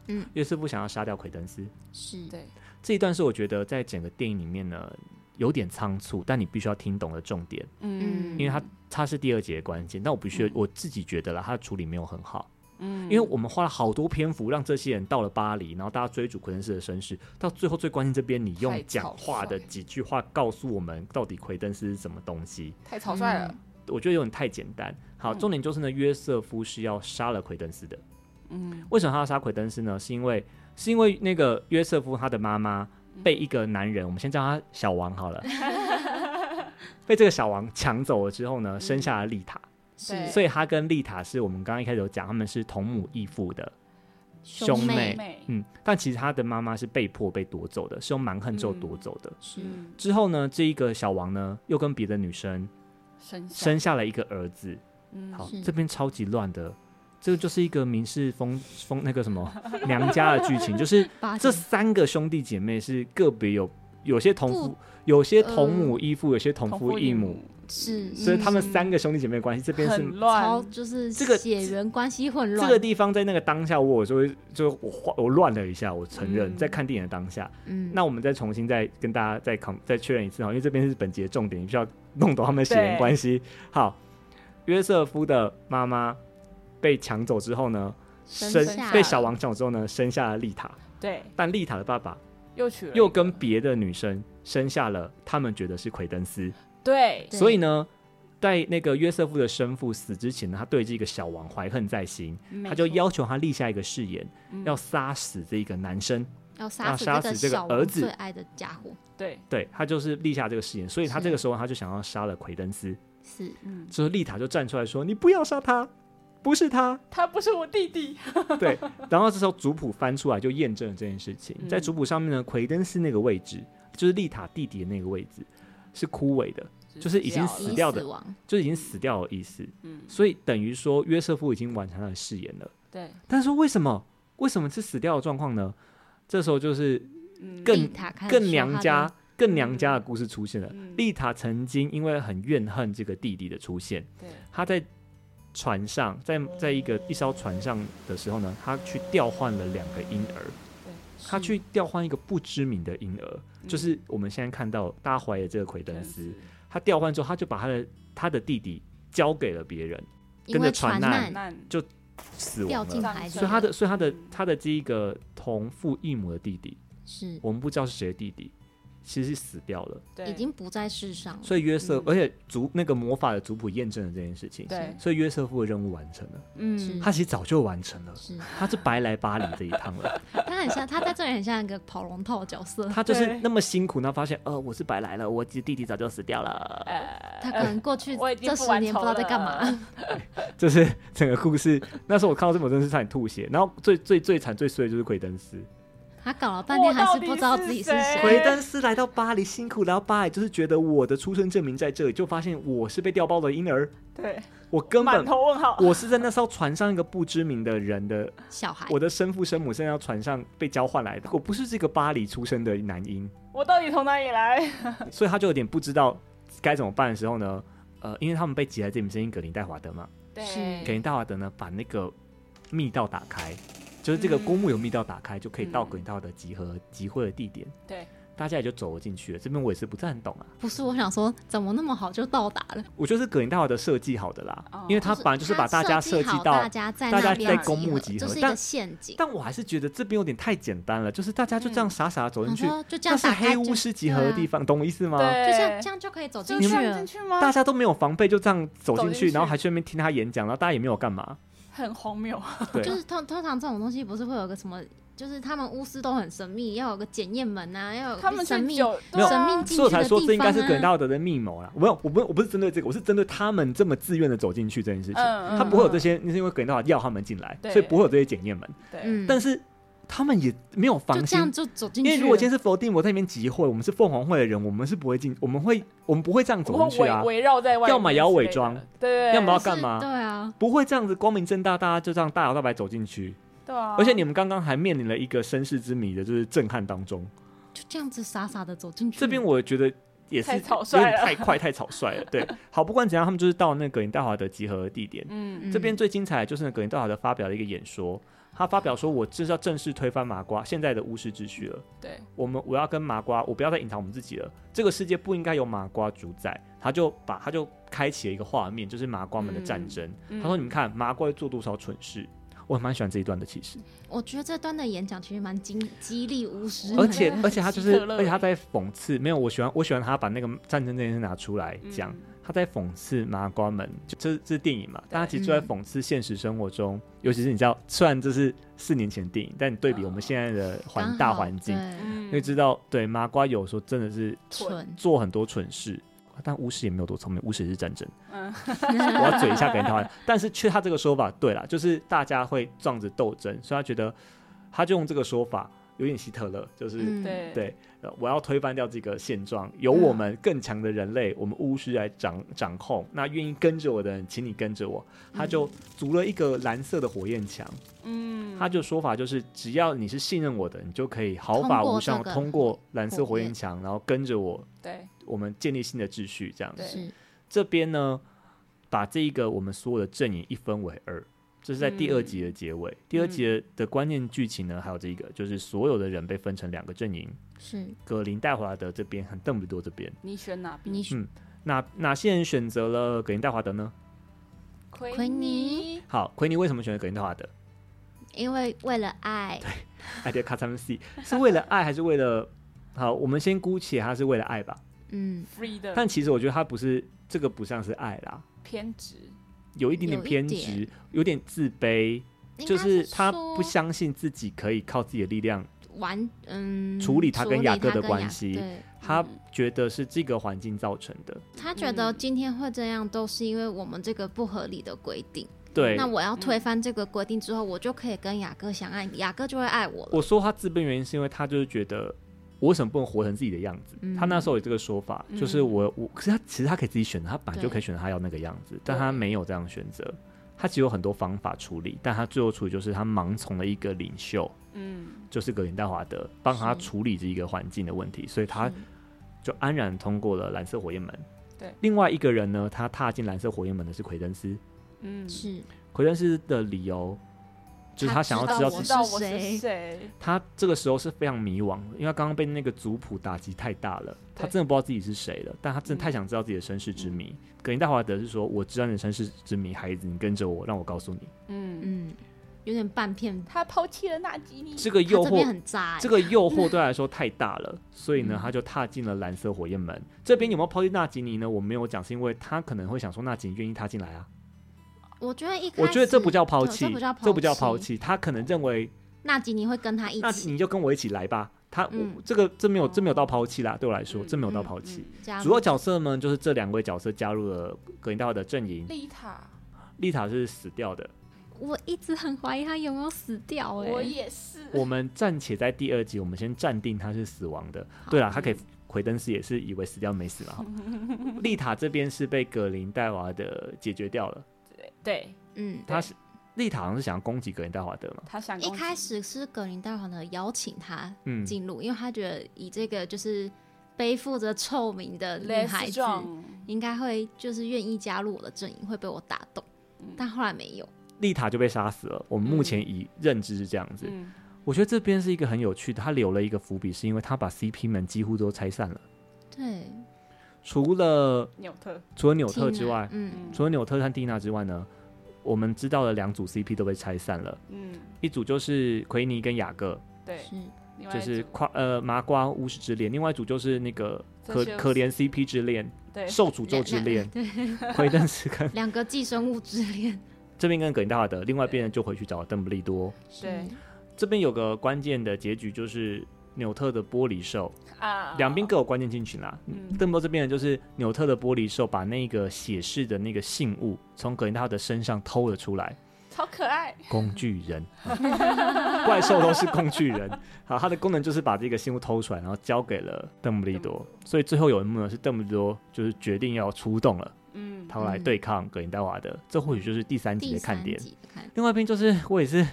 S5: 嗯，
S1: 约瑟夫想要杀掉奎登斯。
S5: 是
S3: 对，
S1: 这一段是我觉得在整个电影里面呢有点仓促，但你必须要听懂的重点，
S3: 嗯，
S1: 因为他它是第二节的关键。但我必须、
S3: 嗯
S1: 我自己觉得啦，他的处理没有很好，
S3: 嗯，
S1: 因为我们花了好多篇幅让这些人到了巴黎，然后大家追逐奎登斯的身世，到最后最关键这边，你
S3: 太
S1: 用
S3: 草
S1: 讲话的
S3: 率
S1: 几句话告诉我们到底奎登斯是什么东西。
S3: 太草率了，
S1: 我觉得有点太简单。好，
S3: 嗯
S1: 重点就是呢，约瑟夫是要杀了奎登斯的。
S3: 嗯，
S1: 为什么他要杀奎登斯呢？是因为是因为那个约瑟夫他的妈妈
S3: 嗯
S1: 被一个男人，我们先叫他小王好 了，
S3: 嗯
S1: 被这个小王抢走了之后呢，生下了丽塔，
S3: 对
S5: 是
S1: 所以他跟丽塔是我们刚刚一开始有讲，他们是同母异父的
S5: 兄
S1: 兄妹
S5: 妹
S3: 妹，
S1: 嗯，但其实他的妈妈是被迫被夺走的，是用蛮横咒夺走的。
S5: 是
S3: 嗯，
S1: 之后呢，这一个小王呢又跟别的女生
S3: 生肖，
S1: 生下了一个儿子，
S3: 嗯，
S1: 好
S5: 是，
S1: 这边超级乱的，这个就是一个明世风风那个什么娘家的剧情，就是
S5: 八
S1: 这
S5: 点
S1: 三个兄弟姐妹是个别有有些同父
S5: 不，
S1: 有些同母异父，有些同父异母，，
S5: 是
S1: 所以他们
S3: 嗯
S1: 三个兄弟姐妹的关系这边是
S3: 很
S5: 超
S3: 乱，
S5: 就是
S1: 这个
S5: 血缘关系混
S1: 这
S5: 乱，
S1: 个地方在那个当下，我就会就我花我乱了一下，我承认、
S3: 嗯
S1: 在看电影的当下，
S5: 嗯，
S1: 那我们再重新再跟大家再 com 再确认一次哈，因为这边是本节重点，你必须要弄懂他们的血缘关系。好，约瑟夫的妈妈被抢走之后呢，
S5: 生
S1: 生
S5: 下
S1: 被
S5: 了
S1: 小王抢走之后呢，生下了丽塔，
S3: 对，
S1: 但丽塔的爸爸
S3: 又娶了一
S1: 又
S3: 个
S1: 跟别的女生生下了他们觉得是奎登斯，
S3: 对，
S5: 对
S1: 所以呢。在那个约瑟夫的生父死之前呢，他对这个小王怀恨在心，
S3: 没
S1: 他就
S3: 错
S1: 要求他立下一个誓言，
S3: 嗯
S1: 要杀死这个男生。
S5: 要
S1: 要
S5: 杀死
S1: 杀
S5: 这个
S1: 死这个
S5: 小
S1: 儿
S5: 王
S1: 子
S5: 最爱的家伙，
S3: 对，
S1: 对他就是立下这个誓言，所以他
S5: 是
S1: 这个时候他就想要杀了奎登斯。
S5: 是
S3: 嗯，
S1: 之后丽塔就站出来说：“你不要杀他，不是 他。
S3: 他不是我弟弟，”
S1: 对，然后这时候族谱翻出来就验证了这件事情。在
S3: 嗯
S1: 族谱上面呢，奎登斯那个位置就是丽塔弟弟的那个位置，是枯萎的，就是已经哦死
S5: 已
S1: 掉的
S5: 死亡，
S1: 就是已经死掉的意思。
S3: 嗯，
S1: 所以等于说约瑟夫已经完成他的誓言了。
S3: 对，
S1: 但是为什么为什么是死掉的状况呢？这时候就是
S3: 嗯，
S1: 更
S5: 丽塔开始
S1: 更
S5: 说
S1: 娘
S5: 她的嗯
S1: 家、更娘家的故事出现了。
S3: 嗯
S1: 丽塔曾经因为很怨恨这个弟弟的出现，
S5: 嗯
S3: 对，
S1: 她在船上，在在一个一艘船上的时候呢，她去调换了两个婴儿，她
S5: 是
S1: 去调换一个不知名的婴儿，
S3: 嗯
S1: 就是我们现在看到大家怀疑的这个奎
S5: 嗯
S1: 登
S3: 真
S1: 斯
S3: 是，，
S1: 她调换之后，她就把她的她的弟弟交给了别人，
S5: 因
S1: 跟着
S5: 为
S1: 船
S5: 船
S1: 难
S5: 难
S3: 难，
S1: 死
S5: 掉
S1: 亡
S5: 进
S1: 了。
S5: 海里
S1: 所以
S5: 了，
S1: 她
S3: 嗯
S1: 的，所以她的，她的这一个同父异母的弟弟，
S5: 是
S1: 我们不知道是谁的弟弟，其实是死掉了。
S3: 对，
S5: 已经不在世上了，
S1: 所以约瑟，
S3: 嗯
S1: 而且族那个魔法的族谱验证了这件事情，
S3: 对
S1: 所以约瑟夫的任务完成了。
S3: 嗯
S5: 是
S1: 他其实早就完成了，
S5: 是
S1: 他是白来巴黎这一趟了。
S5: 他很像，他在这里很像一个跑龙套的角色，
S1: 他就是
S3: 嗯对
S1: 那么辛苦，然后发现，呃，我是白来了，我弟弟早就死掉了。
S3: 呃，
S5: 他可能过 去
S3: 我已经
S5: 这
S3: 付
S5: 十
S3: 完
S5: 年不知
S3: 仇
S5: 道在干
S3: 了
S1: 啊
S5: 嘛，
S1: 这是整个故事。那时候我看到这本，真是差点吐血。然后最最最惨最衰的就是奎登斯，
S5: 他搞了半天还是不知道自己是
S3: 我到底是谁
S5: 谁，
S1: 奎登斯来到巴黎辛苦来到巴黎，就是觉得我的出生证明在这里，就发现我是被调包的婴儿，
S3: 对，
S1: 我根
S3: 满
S1: 本
S3: 头问号，
S1: 我是在那艘船上一个不知名的人的
S5: 小
S3: 哎
S5: 孩
S1: 我的生父生母是在那船上被交换来的，我不是这个巴黎出生的男 婴，
S3: 我到底从哪里来？
S1: 所以他就有点不知道该怎么办的时候呢，呃，因为他们被挤在这里，声音格林戴华德嘛，
S3: 哎
S5: 是
S1: 格林戴华德呢把那个密道打开，就是这个公墓有密道打开，就可以到
S3: 嗯
S1: 格林戴华德集合集会的地点。
S3: 对，
S1: 大家也就走了进去了。这边我也是不太很懂啊，
S5: 不是，我想说怎么那么好就到达了？
S1: 我觉得是葛林大华德设计好的啦，
S3: 哦
S1: 因为他本来就是把大家
S5: 设
S1: 设
S5: 计
S1: 计
S5: 好
S1: 到
S5: 大家在
S1: 大
S5: 那
S1: 家
S5: 边
S1: 在
S5: 集
S1: 公墓
S5: 合
S1: 集
S5: 这
S1: 合
S5: 是一
S1: 但
S5: 个陷阱。
S1: 但我还是觉得这边有点太简单了，就是大家就这样傻傻地走进去，
S5: 然后就嗯
S1: 那
S5: 这样
S1: 是
S5: 打开
S1: 黑
S5: 就
S1: 巫师集合的地
S5: 对
S1: 方，懂我意思吗？
S5: 啊，
S3: 对，
S5: 就这样这样就可以走进
S3: 就
S5: 去
S3: 这样
S5: 了
S3: 进。去吗？
S1: 大家都没有防备，就这样走进
S3: 走进
S1: 去，
S3: 去
S1: 然后还去那边听他演讲，然后大家也没有干 嘛。
S3: 很荒谬，
S1: 对，
S5: 就是通通常这种东西不是会有个什么，就是他们巫师都很神秘，要有个检验门啊，要有
S3: 他们
S5: 神
S3: 去
S5: 秘
S3: 酒
S1: 没有
S3: 对啊
S5: 神秘进去
S1: 所以我
S5: 的地
S1: 才
S5: 方、啊、
S1: 说这应该是葛道德的密谋啦。没有，我不我不是针对这个，我是针对他们这么自愿的走进去这件事情。
S3: 嗯，
S1: 他不会有这
S3: 些，
S1: 些，那是因为葛道德要他们进来，
S3: 对
S1: 所以不会有这些检验门。
S3: 对，
S5: 嗯，
S1: 但是他们也没有
S5: 就
S1: 防
S5: 这样
S1: 心。
S5: 就走进
S1: 因
S5: 去了。
S1: 为如果今天是否定我在里面集会，我们是凤凰会的人，我们是不会进，我们会我们不会这样走
S3: 我
S1: 进
S3: 会
S1: 去
S3: 围
S1: 啊，
S3: 围绕在外面之类的，
S1: 要么摇伪装
S3: 对，
S1: 要么要
S5: 就是
S1: 干嘛
S5: 对啊，
S1: 不会这样子光明正大，大家就这样大摇大摆走进去。
S3: 对啊，
S1: 而且你们刚刚还面临了一个身世之谜的，就是震撼当中。
S5: 就这样子傻傻的走进去。
S1: 这边我觉得也是
S3: 太草
S1: 有
S3: 率
S1: 点
S3: 了
S1: 太快、太草率了。 对，好，不管怎样，他们就是到那个林大华的集合的地点。
S3: 嗯，
S5: 嗯
S1: 这边最精彩的就是那个林大华德发表了一个演说，他发表说：“我这是要正式推翻麻瓜现在的巫师秩序了。
S3: 对，
S1: 我们我要跟麻瓜，我不要再隐藏我们自己了。这个世界不应该由麻瓜主宰。”他就把他就开启了一个画面，就是麻瓜们的战争。
S3: 嗯
S1: 他说：“你们看，麻瓜会做多少蠢事？”我还蛮喜欢这一段的，其实。
S5: 我觉得这段的演讲其实蛮激激励巫师们的，
S1: 而且而且他 就是
S3: 希特，勒
S1: 而且他在讽刺，没有我喜欢我喜欢他把那个战争这件事拿出来讲，
S3: 嗯
S1: 他在讽刺麻瓜们，就这这是电影嘛，但他其实就在讽刺现实生活中，尤其是你知道，虽然这是四年前的电影，但你对比
S3: 嗯
S1: 我们现在的
S5: 刚
S1: 环
S5: 好
S1: 大环境，
S5: 对
S1: 你会知道，对麻瓜有时候真的是
S5: 蠢，
S1: 做很多蠢事。但巫师也没有多聪明，巫师也是战争。
S3: 嗯，
S1: 我要嘴一下给他，但是却他这个说法对啦，就是大家会仗着斗争，所以他觉得他就用这个说法有点希特勒，就是、
S5: 嗯，
S3: 对
S1: 对呃我要推翻掉这个现状，由我们更强的人类，我们巫师来掌掌控。那愿意跟着我的人，请你跟着我。
S5: 嗯
S1: 他就筑了一个蓝色的火焰墙，
S3: 嗯，
S1: 他就说法就是，只要你是信任我的，你就可以毫发无伤
S5: 通过这个
S1: 通过蓝色火
S5: 火焰
S1: 焰墙，然后跟着我，
S3: 对
S1: 我们建立新的秩序。这样
S3: 对
S1: 子，
S5: 是
S1: 这边呢，把这一个我们所有的阵营一分为二。这是在第二
S3: 嗯
S1: 集的结尾。第二集的的关键剧情呢，还有这一个，就是所有的人被分成两个阵营，
S5: 是，
S1: 格林戴华德这边和邓布利多这边，嗯
S3: 你选哪边？
S5: 你选
S1: 哪哪些人选择了格林戴华德呢？
S3: 奎
S5: 奎
S3: 尼
S5: 尼，
S1: 好，奎尼为什么选择格林戴华德？
S5: 因为为了爱，
S1: 哎，对，卡他们 C 是为了爱还是为了？好，我们先姑且他是为了爱吧。
S5: 嗯，
S3: free 的
S1: 但其实我觉得他不是这个，不像是爱啦，
S3: 偏执，
S1: 有一点点
S5: 有一
S1: 偏
S5: 点
S1: 执，有点自卑，
S5: 应
S1: 就
S5: 该
S1: 是
S5: 是
S1: 他
S5: 说
S1: 不相信自己可以靠自己的力量，
S5: 完，嗯，
S1: 处理他跟雅各
S5: 各
S1: 的关系
S5: 对，
S1: 他觉得是这个环境造成的。
S5: 他觉得
S3: 嗯
S5: 今天会这样，都是因为我们这个不合理的规定。
S1: 对，
S5: 那我要推翻这个规定之后，我就可以跟雅各相爱，雅各就会爱我了。
S1: 我说他自卑原因是因为他就是觉得我为什么不能活成自己的样子？
S5: 嗯
S1: 他那时候有这个说法，就是
S3: 嗯
S1: 我我，可是他其实他可以自己选的，他本来就可以选择他要那个样子，但他没有这样选择。他其实有很多方法处理，但他最后处理就是他盲从了一个领袖，
S3: 嗯，
S1: 就是格林戴华德，帮他
S5: 是
S1: 处理这一个环境的问题，所以他
S5: 是
S1: 就安然通过了蓝色火焰门。
S3: 对
S1: 另外一个人呢，他踏进蓝色火焰门的是奎登斯，
S3: 嗯，
S5: 是
S1: 奎登斯的理由就是他
S5: 他
S1: 想要
S5: 知道
S1: 啊知道
S5: 我
S1: 自己
S5: 是
S3: 我是
S5: 谁
S3: 谁，
S1: 他这个时候是非常迷惘的，因为他刚刚被那个族谱打击太大了，
S3: 对
S1: 他真的不知道自己是谁了，但他真的太想知道自己的身世之谜。葛林戴华德是说：“我知道你的身世之谜，孩子，你跟着我，让我告诉你。
S3: 嗯，
S5: 嗯，有点半片，
S3: 他抛弃了纳吉尼，”
S1: 这个
S5: 他
S1: 诱
S5: 这边
S1: 惑，
S5: 很渣、欸，
S1: 这个诱惑对他来说太大了，所以呢
S5: 嗯，
S1: 他就踏进了蓝色火焰门。这边有没有抛弃纳吉尼呢？我没有讲，是因为他可能会想说纳吉尼愿意踏进来啊，
S5: 我觉得一开始
S1: 我觉得这不叫抛
S5: 对
S1: 弃
S5: 这不叫，抛
S1: 这不叫抛
S5: 弃
S1: 弃，他可能认为
S5: 纳吉尼会跟他一
S1: 那
S5: 起
S1: 你就跟我一起来吧。他
S5: 嗯
S1: 我这个这没有这没有到抛弃啦，对我来说
S3: 嗯
S1: 这没有到
S5: 嗯
S1: 抛弃。
S5: 加
S1: 主要
S5: 入，
S1: 角色们就是这两位角色加入了格林道的阵营，
S3: 丽塔，
S1: 丽塔是死掉的。
S5: 我一直很怀疑他有没有死掉哎、
S3: 我也是，
S1: 我们暂且在第二集，我们先暂定她是死亡的。对了，她可以奎登斯也是以为死掉没死嘛。哈丽塔这边是被格林戴华德解决掉了，
S3: 对
S5: 嗯，
S1: 她是丽塔好像是想要攻击格林戴华德嘛。
S3: 他想
S5: 一
S3: 攻击
S5: 开始是格林戴华德邀请他
S1: 嗯，
S5: 进入，因为他觉得以这个就是背负着臭名的女
S3: Les
S5: 孩子，
S3: Strong，
S5: 应该会就是愿意加入我的阵营，会被我打动。但后来没有，
S1: 丽塔就被杀死了。我们目前以认知是这样子。
S3: 嗯，
S1: 我觉得这边是一个很有趣的，他留了一个伏笔，是因为他把 CP 们几乎都拆散了，
S5: 对，
S1: 除了
S3: 纽特，
S1: 除了纽特
S5: 听
S1: 之
S5: 了
S1: 外，
S5: 嗯，
S1: 除了纽特和蒂娜之外呢，我们知道了两组 CP 都被拆散了，
S3: 嗯，
S1: 一组就是奎尼跟雅各，
S3: 对，
S5: 是
S3: 另外
S1: 就
S3: 一
S1: 是
S3: 组
S1: 夸呃麻瓜巫师之恋，另外一组就是那个可
S3: Celsius
S1: 可怜 CP 之恋、
S3: 对
S1: 受诅咒之恋， 奎登斯跟
S5: 两个寄生物之恋，
S1: 这边跟葛林戴华德，另外一边就回去找邓布利多。
S3: 对
S5: 是
S1: 这边有个关键的结局就是纽特的玻璃兽，
S3: 啊，
S1: 两边各有关键进群啦。
S3: 嗯
S1: 邓布利多这边呢，就是纽特的玻璃兽把那个血誓的那个信物从葛林戴华德身上偷了出来，
S3: 超可爱，
S1: 工具人， 怪兽都是工具人。好，它的功能就是把这个信物偷出来，然后交给了邓布利多。所以最后有一幕呢，是邓布利多就是决定要出动了，
S3: 嗯，
S1: 他要来对抗葛林戴华德。这或许就是第三集
S5: 第
S1: 的看
S5: 三
S1: 点。
S5: 集的看点，
S1: 另外一边就是我也是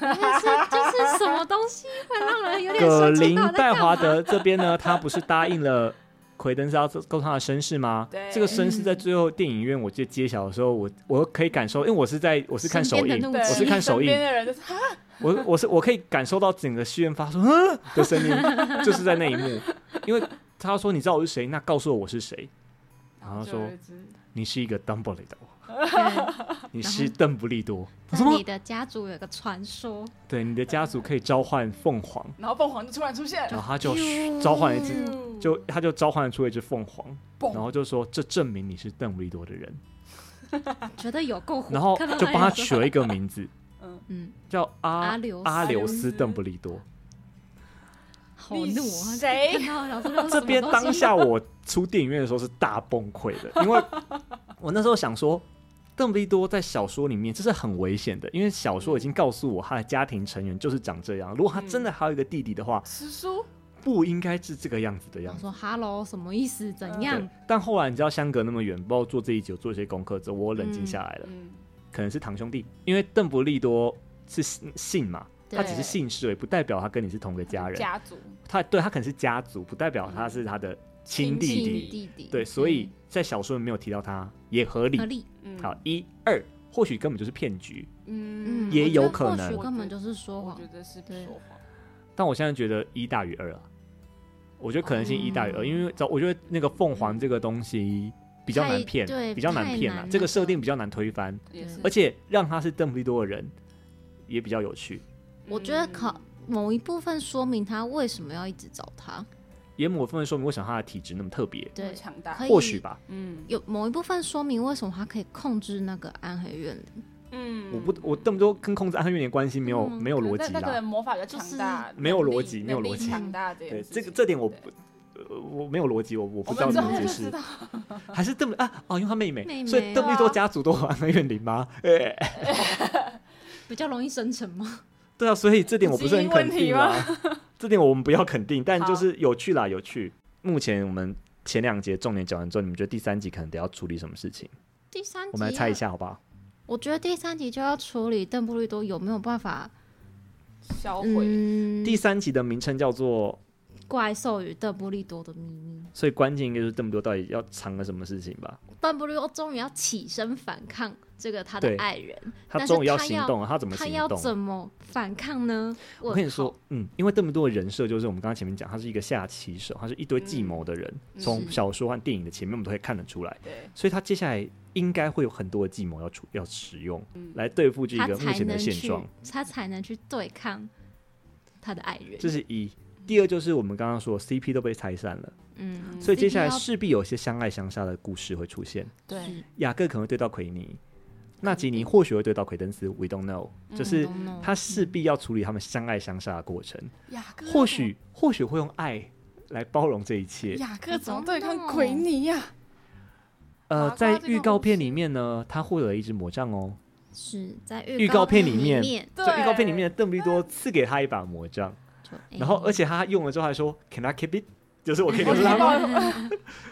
S5: 但是就是什么东西会让 人有点
S1: 葛
S5: 生气
S1: 林
S5: 到底在
S1: 戴
S5: 干
S1: 华
S5: 嘛？
S1: 德这边呢，他不是答应了奎登是要告诉他的身世吗？
S3: 对
S1: 这个身世在最后电影院我记得揭晓的时候，我我可以感受，因为我是在我是看首
S5: 身边
S1: 映
S5: 的，怒
S3: 对，
S1: 我是
S5: 气
S1: 看首
S3: 身
S1: 映
S3: 边的人就是哈
S1: 我我是我可以感受到整个戏院发出嗯的声音，就是在那一幕，因为他说你知道我是谁，那告诉我我是谁。然后他
S3: 就有
S1: 说
S3: 一只
S1: 你是一个 Dumbledore，
S5: 对
S1: 你是邓布利多，我
S5: 在
S1: 说
S5: 你的家族有个传说，
S1: 对你的家族可以召唤凤凰，
S3: 然后凤凰就突然出现，
S1: 然后他就召唤了一只
S3: 咻
S1: 就他就召唤出了一只凤凰，
S3: 嘣
S1: 然后就说这证明你是邓布利多的人，
S5: 觉得有够火，
S1: 然后
S5: 看到
S1: 就帮他
S5: 有时候
S1: 取了一个名字
S5: 嗯，
S1: 叫阿
S5: 阿留斯
S1: 阿留斯邓布利多。
S5: 好怒啊！
S3: 谁
S5: 看到想说
S1: 这边当下我出电影院的时候是大崩溃 的，因为我那时候想说，邓布利多在小说里面这是很危险的，因为小说已经告诉我他的家庭成员就是长这样，如果他真的还有一个弟弟的话，嗯哦
S3: 师叔，
S1: 不应该是这个样子的样
S5: 我
S1: 子。
S5: 说 “hello” 什么意思？怎
S1: 对
S5: 样？，
S1: 但后来你知道相隔那么远，不知道做这一集有做一些功课之后，我冷静下来了。
S3: 嗯，
S1: 可能是堂兄弟，因为邓布利多是姓姓嘛，
S5: 对
S1: 他只是姓氏而已，不代表他跟你是同个家人。
S3: 家族，
S1: 他对他可能是家族，不代表他是他的亲弟
S5: 嗯亲
S1: 弟。
S5: 弟弟弟，
S1: 对，所以在小说里没有提到他，也合理。
S5: 合理，
S3: 嗯，
S1: 好，一二，或许根本就是骗局。
S3: 嗯，
S5: 嗯，
S1: 也有
S5: 我觉得
S1: 可
S5: 或
S1: 能
S5: 许根本就是说
S3: 我
S5: 谎
S3: 觉，得是
S5: 对
S3: 说谎，
S1: 但我现在觉得一大于二啊，我觉得可能性一大于二，
S5: 哦
S1: 因为早我觉得那个凤凰这个东西比较难骗
S5: 太，对
S1: 比较难
S5: 太
S1: 骗啊
S5: 难，
S1: 这个
S5: 了
S1: 设定比较难推翻，
S3: 也是，
S1: 而且让他是邓布利多的人也比较有趣，
S5: 我觉得
S3: 嗯
S5: 可某一部分说明他为什么要一直找他，
S1: 也某部分说明为什么他的体质那么特别，
S3: 这么
S5: 对，
S3: 强大
S5: 可，以
S1: 或许吧，
S3: 嗯
S5: 有某一部分说明为什么他可以控制那个暗黑怨灵，
S3: 嗯
S1: 我不我邓布利多跟控制暗黑怨灵的关系没有
S5: 嗯
S1: 没有逻
S3: 那
S1: 辑
S3: 那可
S1: 啦
S3: 能，魔法比较
S5: 就是
S3: 强大，
S1: 没有
S3: 能力
S1: 逻辑没有
S3: 能力
S1: 逻辑
S3: 强大这件
S1: 对
S3: 事
S1: 这个
S3: 情
S1: 这点我
S3: 对
S1: 不呃我没有逻辑，我我不
S3: 我
S1: 知道
S3: 们之
S1: 怎
S3: 后
S1: 么解
S3: 就
S1: 释
S3: 知。道，
S1: 还是邓布啊哦，因为他妹妹，
S5: 妹妹
S1: 所以邓布利多家族都有安怨灵吗？哎、
S5: 比较容易生成吗？
S1: 对啊，所以这点我不是很肯
S3: 基
S1: 定
S3: 因
S1: 啦
S3: 问。
S1: 这点我们不要肯定，但就是有趣啦，有趣。目前我们前两节重点讲完之后，你们觉得第三集可能得要处理什么事情？
S5: 第三集，啊
S1: 我们来猜一，下好不好？
S5: 我觉得第三集就要处理邓布利多有没有办法，
S3: 销毁，
S5: 嗯，
S1: 第三集的名称叫做，
S5: 怪兽与邓布利多的秘密，
S1: 所以关键应该就是邓布利多到底要藏了什么事情吧？
S5: 邓布利多终于要起身反抗这个他
S1: 对
S5: 的爱人。
S1: 他
S5: 但是
S1: 终于要
S5: 他要
S1: 行动了，他怎么
S5: 他
S1: 行
S5: 要
S1: 动？
S5: 怎么反抗呢？
S1: 我跟你说，嗯，因为邓布利多的人设就是我们刚刚前面讲，他是一个下棋手，他是一堆计谋的人，
S3: 嗯
S1: 从
S5: 是
S1: 小说和电影的前面我们都可以看得出来。
S3: 对，
S1: 所以他接下来应该会有很多的计谋要处要使用，来对付这
S5: 嗯他
S1: 个目
S5: 才
S1: 前的
S5: 能
S1: 现
S5: 去
S1: 状。，
S5: 他才能去对抗他的爱人。嗯
S1: 这是一。第二就是我们刚刚说 CP 都被拆散了，
S5: 嗯，
S1: 所以接下来
S5: CP 要
S1: 势必有一些相爱相杀的故事会出现。
S3: 对，
S5: 是
S1: 雅各可能会对到奎尼，
S5: 嗯
S1: 纳吉尼或许会对到奎登斯，We don't know。就是
S5: ，no, no, no
S1: 他势必要处理他们相爱相杀的过程，
S3: 雅各
S1: 或许或许会用爱来包容这一切。
S3: 雅各怎么
S5: 我懂
S3: 对抗
S5: 了
S3: 奎尼呀？
S1: 呃，
S3: 麻瓜
S1: 在
S3: 这个
S1: 预
S3: 故
S1: 告片
S3: 事
S1: 里面呢，他获得了一支魔杖哦。
S5: 是在
S1: 预
S5: 预
S1: 告片里
S5: 里
S1: 面
S3: 对，
S1: 就预告片里面的邓布利多赐给他一把魔杖，
S5: 就
S1: 然后，而
S5: 哎
S1: 且他用了之后还说 “Can I keep it？” 就是我 可以留
S3: 我
S1: 着
S3: 知
S1: 它吗？
S3: 道了，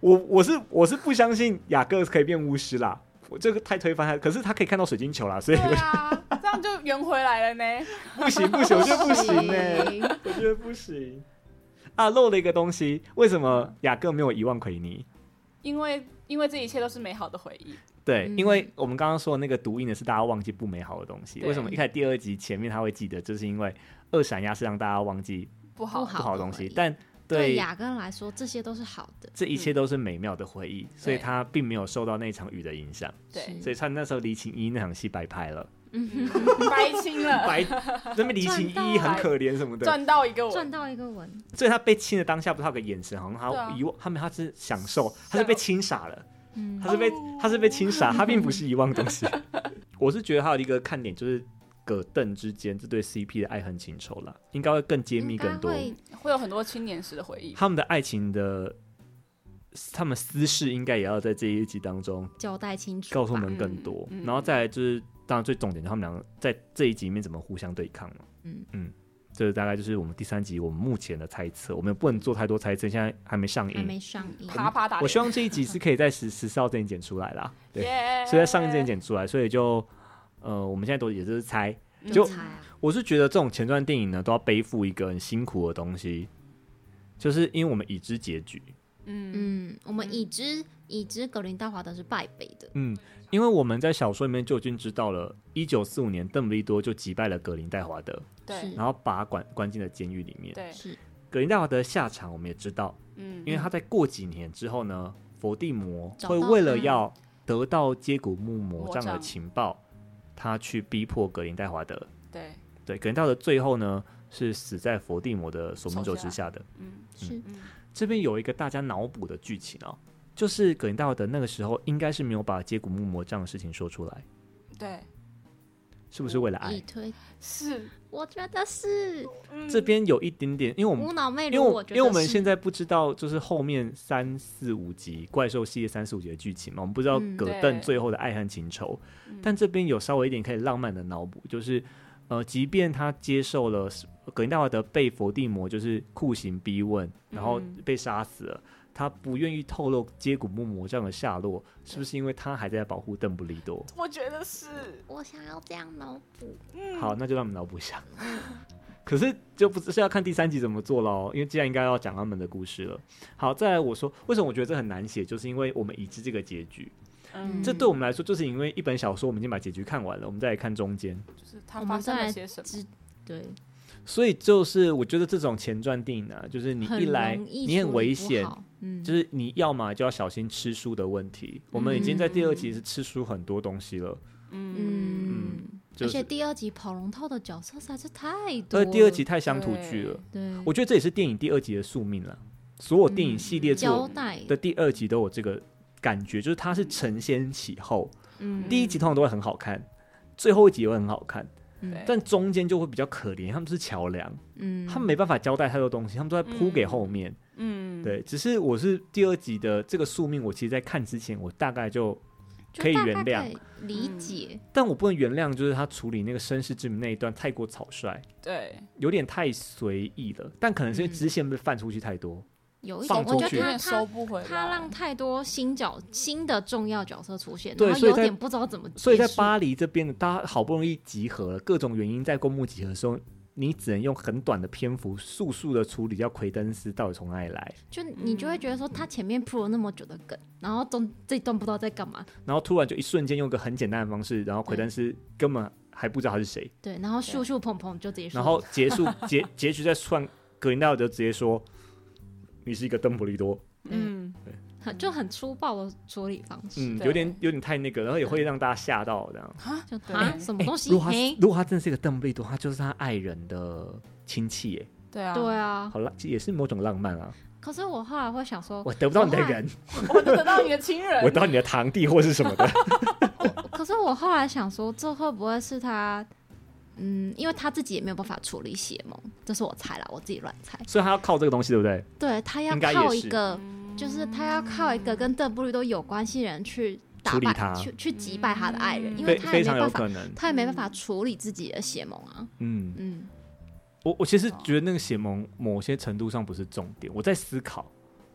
S1: 我我是我是不相信雅各可以变巫师啦，我这个太推翻他。可是他可以看到水晶球啦，所以
S3: 对啊，这样就圆回来了呢。
S1: 不行不行，我觉得不 行呢、
S5: 行
S1: 我觉得不行。啊，漏了一个东西，为什么雅各没有遗忘奎尼？
S3: 因为因为这一切都是美好的回忆，
S1: 对，
S5: 嗯
S1: 因为我们刚刚说的那个毒瘾的是大家忘记不美好的东西。
S3: 对
S1: 为什么一开始第二集前面他会记得，就是因为二闪压是让大家忘记
S3: 不
S5: 不
S3: 好，
S1: 不好的东
S5: 而
S1: 西，
S5: 已
S1: 但
S5: 对
S1: 对
S5: 雅各来说，这些都是好的。
S1: 这一切都是美妙的回忆，所以
S3: 对嗯
S1: 他并没有受到那场雨的影响，
S3: 对，
S5: 是
S1: 所以他那时候离情一那场戏白拍了，
S3: 嗯白亲 了，
S1: 白那边离情一很可怜什么的，
S3: 赚到一个我
S5: 赚，到一个吻，
S1: 所以他被亲的当下，不是他有个眼神，好像
S3: 对
S1: 他
S3: 啊
S1: 遗忘，他没有他是享受，他是被亲傻了，
S5: 嗯
S1: 他是被
S3: 哦
S1: 他是被亲傻，他并不是遗忘东 西。我是觉得还有一个看点就是葛邓之间这对 CP 的爱恨情仇啦，应该会更揭秘
S5: 应该
S1: 更多
S5: 会
S3: 会有很多青年时的回忆。
S1: 他们的爱情的。他们私事应该也要在这一集当中
S5: 交代清楚吧，
S1: 告诉我们更多，
S3: 嗯嗯
S1: 然后再来就是，当然最重点就是他们两个在这一集里面怎么互相对抗嘛。
S5: 嗯
S1: 嗯，这大概就是我们第三集我们目前的猜测，我们也不能做太多猜测，现在还没上
S5: 还
S1: 映。
S5: 没上映，
S3: 啪啪打
S1: 嗯
S3: 脸，
S1: 我希望这一集是可以在十十四号之前剪出来啦，对
S3: 耶，
S1: 所以在上映之前剪出来，所以就呃，我们现在都也就是猜。
S3: 嗯
S1: 就
S5: 猜啊，
S1: 我是觉得这种前传电影呢，都要背负一个很辛苦的东西，就是因为我们已知结局，
S3: 嗯，
S5: 嗯，我们已知已知格林戴华德是败北的，
S1: 嗯，因为我们在小说里面就已经知道了，一九四五年邓布利多就击败了格林戴华德，
S3: 对
S5: 是
S1: 然后把他关关进了监狱里面。
S3: 对，
S5: 是
S1: 格林戴华德的下场我们也知道，
S3: 嗯，
S1: 因为他在过几年之后呢，伏地魔
S5: 找
S1: 会
S5: 到
S1: 为了
S5: 他
S1: 要得到接骨木魔
S3: 魔
S1: 杖的
S3: 杖
S1: 情报，他去逼迫格林戴华德。
S3: 对，
S1: 对，格林戴华德最后呢是死在伏地魔的索命
S3: 手
S1: 咒
S3: 下
S1: 之下的。
S3: 嗯
S5: 是，
S3: 嗯，
S1: 这边有一个大家脑补的剧情哦，就是格林戴华德那个时候应该是没有把接骨木魔杖的事情说出来，
S3: 对，
S1: 是不是为了
S5: 已
S3: 嗯
S1: 爱？
S5: 推，
S3: 是嗯
S5: 我觉得是
S1: 这边有一点点，因为我们
S5: 无脑媚
S1: 因为
S5: 如，
S1: 我
S5: 觉
S1: 因
S5: 得
S1: 为我们
S5: 是
S1: 现在不知道，就是后面三四五集怪兽系列三四五集的剧情嘛，我们不知道
S5: 嗯
S1: 葛
S3: 对
S1: 邓最后的爱恨情仇，但这边有稍微一点可以浪漫的脑补，就是呃，即便他接受了葛林戴华德被伏地魔就是酷刑逼问，然后
S3: 嗯
S1: 被杀死了。他不愿意透露接骨木魔杖的下落，是不是因为他还在保护邓布利多？
S3: 我觉得是，
S5: 我想要这样脑补，嗯
S1: 好，那就让我们脑补一下。 可是就不是要看第三集怎么做喽，因为既然应该要讲他们的故事了。好，再来我说为什么我觉得这很难写，就是因为我们已知这个结局，
S3: 嗯，
S1: 这对我们来说就是因为一本小说我们已经把结局看完了，我们再来看中间，
S5: 嗯
S3: 就是他
S5: 我
S3: 发
S5: 们
S3: 生
S5: 再
S3: 了
S5: 来
S3: 些什么？
S5: 知对，
S1: 所以就是我觉得这种前传电影啊，就是你一
S5: 很
S1: 来
S5: 容易
S1: 你很
S5: 处理
S1: 危
S5: 不
S1: 险，
S5: 好，嗯，
S1: 就是你要嘛就要小心吃书的问题。我们已经在第二集是吃书很多东西了，
S5: 嗯。
S1: 就
S5: 而且
S1: 是
S5: 第二集跑龙套的角色实在是太多
S1: 而
S5: 了。
S1: 第二集太乡土剧了。
S5: 对
S1: 我觉得这也是电影第二集的宿命了。所有电影系列
S5: 交
S1: 作
S5: 代
S1: 的第二集都有这个感觉，就是它是承先启后。
S5: 嗯
S1: 第一集通常都会很好看，最后一集也会很好看，
S3: 对
S1: 但中间就会比较可怜，他们是桥梁，
S5: 嗯，
S1: 他们没办法交代太多东西，他们都在铺给后面。
S3: 嗯，
S1: 对，只是我是第二集的这个宿命，我其实在看之前，我大概就。
S5: 就
S1: 可以
S5: 大
S1: 原
S5: 概
S1: 谅
S5: 可以理解，
S1: 但我不能原谅，就是他处理那个绅士之名那一段太过草率，
S3: 对，
S1: 有点太随意了。但可能是因为支线被泛出去太多，
S5: 有一
S1: 放
S5: 点，
S1: 出
S5: 我觉
S1: 去
S3: 有
S5: 得他
S3: 点收
S5: 他
S3: 不回来，
S5: 他让太多新角新的重要角色出现，
S1: 对
S5: 然后
S1: 所以
S5: 有
S1: 在
S5: 点不知道怎么结束，
S1: 所以在巴黎这边，大家好不容易集合了，各种原因在公墓集合的时候，你只能用很短的篇幅速速的处理掉奎登斯到底从哪里来，
S5: 就你就会觉得说他前面铺了那么久的梗，然后中这一段不知道在干嘛，
S1: 然后突然就一瞬间用个很简单的方式，然后奎登斯根本还不知道他是谁，
S5: 对，然后咻咻砰砰就直接说，
S1: 然后结束 结结局再算格林戴尔德直接说你是一个邓布利多，
S3: 嗯，
S5: 很就很粗暴的处理方 式，
S1: 嗯，
S3: 对
S1: 有点有点太那个，然后也会让大家吓到这样。
S5: 就
S3: 对
S5: 啊什么
S1: 哎
S5: 东西
S1: 如果他
S5: 嘿，
S1: 如果他真的是一个邓布利多，他就是他爱人的亲戚耶，
S3: 对啊，
S5: 对啊，
S1: 好了，这也是某种浪漫啊，
S5: 可是我后来会想说，
S1: 我得不到你的
S5: 我后来
S1: 人，
S3: 我得到你的亲 人，
S1: 我得到你的堂弟或是什么的。
S5: 可是我后来想说，这会不会是他？嗯，因为他自己也没有办法处理邪盟，这是我猜啦，我自己乱猜。
S1: 所以他要靠这个东西，对不对？
S5: 对他要
S1: 应该也
S5: 靠
S1: 是
S5: 一个，就是他要靠一个跟邓布利多有关系的人去打
S1: 处理
S5: 败
S1: 他
S5: 去去击败他的爱人，因
S1: 非
S5: 为他也
S1: 非
S5: 没
S1: 常有
S5: 办法
S1: 可，能。
S5: 他也没办法处理自己的邪盟啊。
S1: 嗯，
S5: 嗯，
S1: 我我其实觉得那个邪盟某些程度上不是重点，我在思考，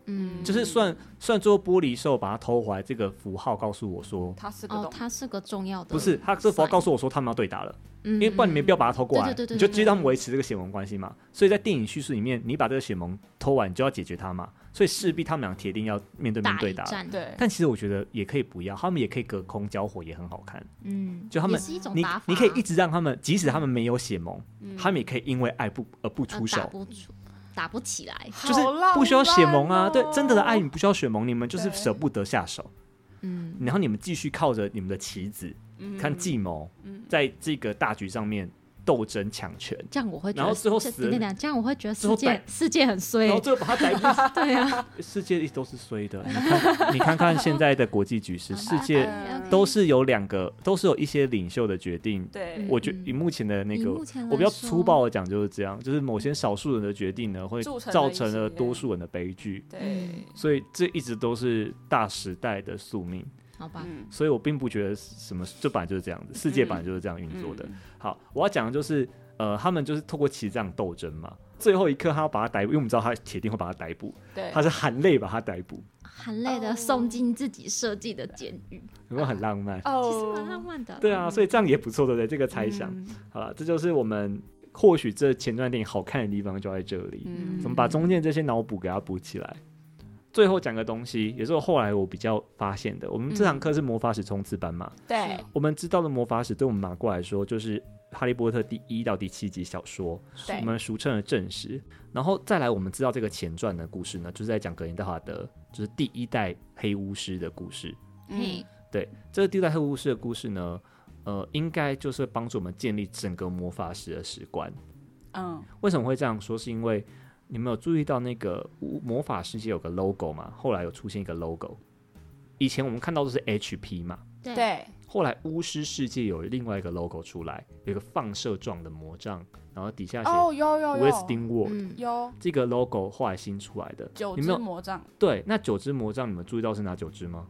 S5: 嗯，
S1: 就是算算做玻璃兽把它偷回来这个符号告诉我说，
S3: 它是个
S5: 哦
S3: 东，西，
S5: 它是个重要的，
S1: 不是，他这符号告诉我说他们要对打了，
S5: 嗯，因
S1: 因为不然你没必要把它偷过来，
S5: 对对对对
S1: 你就
S5: 对
S1: 继续让他们维持这个血盟关系嘛。所以在电影叙事里面，你把这个血盟偷完，你就要解决它嘛，所以势必他们俩铁定要面对面
S5: 打
S1: 对
S5: 一
S1: 打。
S5: 战，，
S3: 对，
S1: 但其实我觉得也可以不要，他们也可以隔空交火，也很好看。
S5: 嗯，
S1: 就他们
S5: 也是一种
S1: 你
S5: 打法，啊
S1: 你可以一直让他们，即使他们没有血盟，
S3: 嗯
S1: 他们也可以因为爱不而不
S5: 呃
S1: 出手
S5: 打，不出，打不起来，
S1: 就是
S3: 好浪
S1: 不需要血
S3: 漫
S1: 盟啊。
S3: 哦
S1: 对，真正的爱你不需要血盟，你们就是
S3: 对
S1: 舍不得下手，
S5: 嗯，
S1: 然后你们继续靠着你们的棋子，
S3: 嗯
S1: 看计谋
S3: 嗯，
S1: 在这个大局上面斗争抢权，
S5: 这样我会觉得，
S1: 然后最后
S5: 这
S1: 死了
S5: 等等等这样我会觉得
S1: 最后
S5: 世界
S1: 逮
S5: 世界很衰
S1: 然，后最后把他逮 捕。
S5: 对啊，
S1: 世界一直都是衰的，你看，你看看现在的国际局势，世界
S5: 嗯
S1: 都是有两个，都是有一些领袖的决定。
S3: 对
S5: 嗯
S1: 我觉以目前的那
S5: 以
S1: 个，
S5: 目前
S1: 我比
S5: 来
S1: 较
S5: 说
S1: 粗暴的讲就是这样，就是某些少数人的决定呢，会
S3: 铸嗯成了
S1: 造
S3: 一
S1: 成了
S3: 些
S1: 多数人的悲剧。
S3: 对，
S1: 所以这一直都是大时代的宿命，
S5: 好吧，
S3: 嗯，
S1: 所以我并不觉得什么，这本来就是这样子，世界本来就是这样运作的。
S3: 嗯
S1: 好，我要讲的就是，呃，他们就是透过棋这样斗争嘛，最后一刻他要把他逮捕，因为我们知道他铁定会把他逮捕，
S3: 对，
S1: 他是含泪把他逮捕，
S5: 含泪的
S3: 哦
S5: 送进自己设计的监狱，
S1: 有没有很浪 漫？
S5: 其实蛮浪
S3: 哦，
S5: 漫的，嗯
S1: 对啊，所以这样也不错，对不对？这个猜想，
S3: 嗯
S1: 好了，这就是我们或许这前段电影好看的地方就在这里。
S3: 嗯
S1: 怎么把中间这些脑补给它补起来？最后讲个东西，也是我后来我比较发现的。我们这堂课是魔法史冲刺班嘛，
S3: 对，
S1: 我们知道的魔法史，对我们马过来说，就是《哈利波特》第一到第七集小说，
S3: 对
S1: 我们俗称的正史。然后再来，我们知道这个前传的故事呢，就是在讲格林戴华德，就是第一代黑巫师的故事。
S3: 嗯
S5: 嘿，
S1: 对，这个第一代黑巫师的故事呢，呃，应该就是帮助我们建立整个魔法史的史观。
S3: 嗯，
S1: 为什么会这样说？是因为你们有注意到那个巫魔法世界有个 logo 嘛？后来有出现一个 logo，以前我们看到的是 HP 嘛，
S5: 对
S3: 对，
S1: 后来巫师世界有另外一个 logo 出来，有一个放射状的魔杖，然后底下写
S3: 哦，有有有
S1: Wizarding World、
S5: 嗯，
S3: 有
S1: 这个 logo 后来新出来的，
S3: 九
S1: 你
S3: 只
S1: 们有
S3: 魔杖，
S1: 对那九只魔杖，你们注意到是哪九只吗？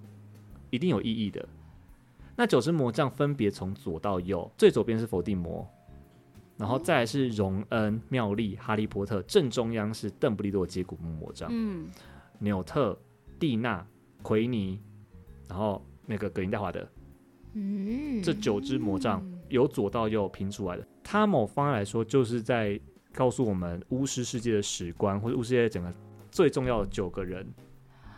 S1: 一定有意义的。那九只魔杖分别从左到右，最左边是伏地魔，然后再来是荣恩、妙丽、哈利波特，正中央是邓布利多的接骨木魔杖，
S3: 嗯，
S1: 纽特、蒂娜、奎尼，然后那个格林戴华德，
S5: 嗯，
S1: 这九只魔杖由左到右拼出来的。它某方面来说，就是在告诉我们巫师世界的史观，或者巫师世界整个最重要的九个人，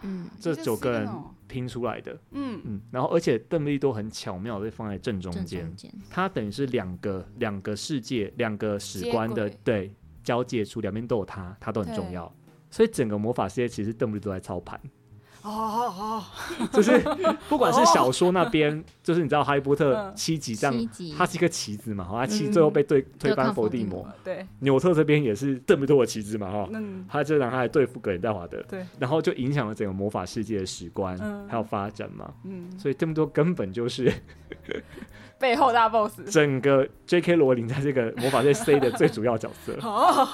S5: 嗯，
S1: 这九个人
S3: 这四个哦
S1: 拼出来的。
S3: 嗯，
S1: 嗯，然后而且邓布利多很巧妙的放在正中
S5: 正
S1: 间
S5: 中，间，
S1: 它等于是两个两个世界两个史观的
S3: 接轨
S1: 对交界处，两边都有它，它都很重要。所以整个魔法世界其实邓布利多在操盘，
S3: 哦哦哦，
S1: 就是不管是小说那边，就是你知道哈利波特
S3: 嗯
S1: 七集这样
S5: 七集，
S1: 他是一个棋子嘛，哈，他棋
S3: 嗯
S1: 最后被对、推
S5: 对
S1: 翻
S5: 抗
S1: 伏
S5: 伏
S1: 地
S5: 地
S1: 魔
S5: 魔。
S3: 对，
S1: 纽特这边也是邓布利多的棋子嘛，哈，
S3: 嗯，
S1: 他就让他来对付格林戴华德，
S3: 对，
S1: 然后就影响了整个魔法世界的史观、
S3: 嗯
S1: 还有发展嘛。
S3: 嗯，
S1: 所以邓布利多根本就是
S3: 背后大 boss，
S1: 整个 J.K. 罗琳在这个魔法界 C 的最主要角色，
S3: 哦，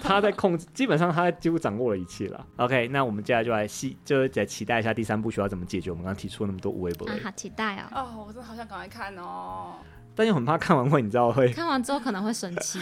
S1: 他在控制，基本上他几乎掌握了一切了。OK，那我们接下来就来期，就是来期待一下第三部曲要怎么解决我们刚刚提出了那么多无微不
S5: 啊
S1: 微，，
S5: 好期待哦！
S3: 哦，我真的好想赶快看哦，
S1: 但又很怕看完会，你知道 会
S5: 看完之后可能会生 气。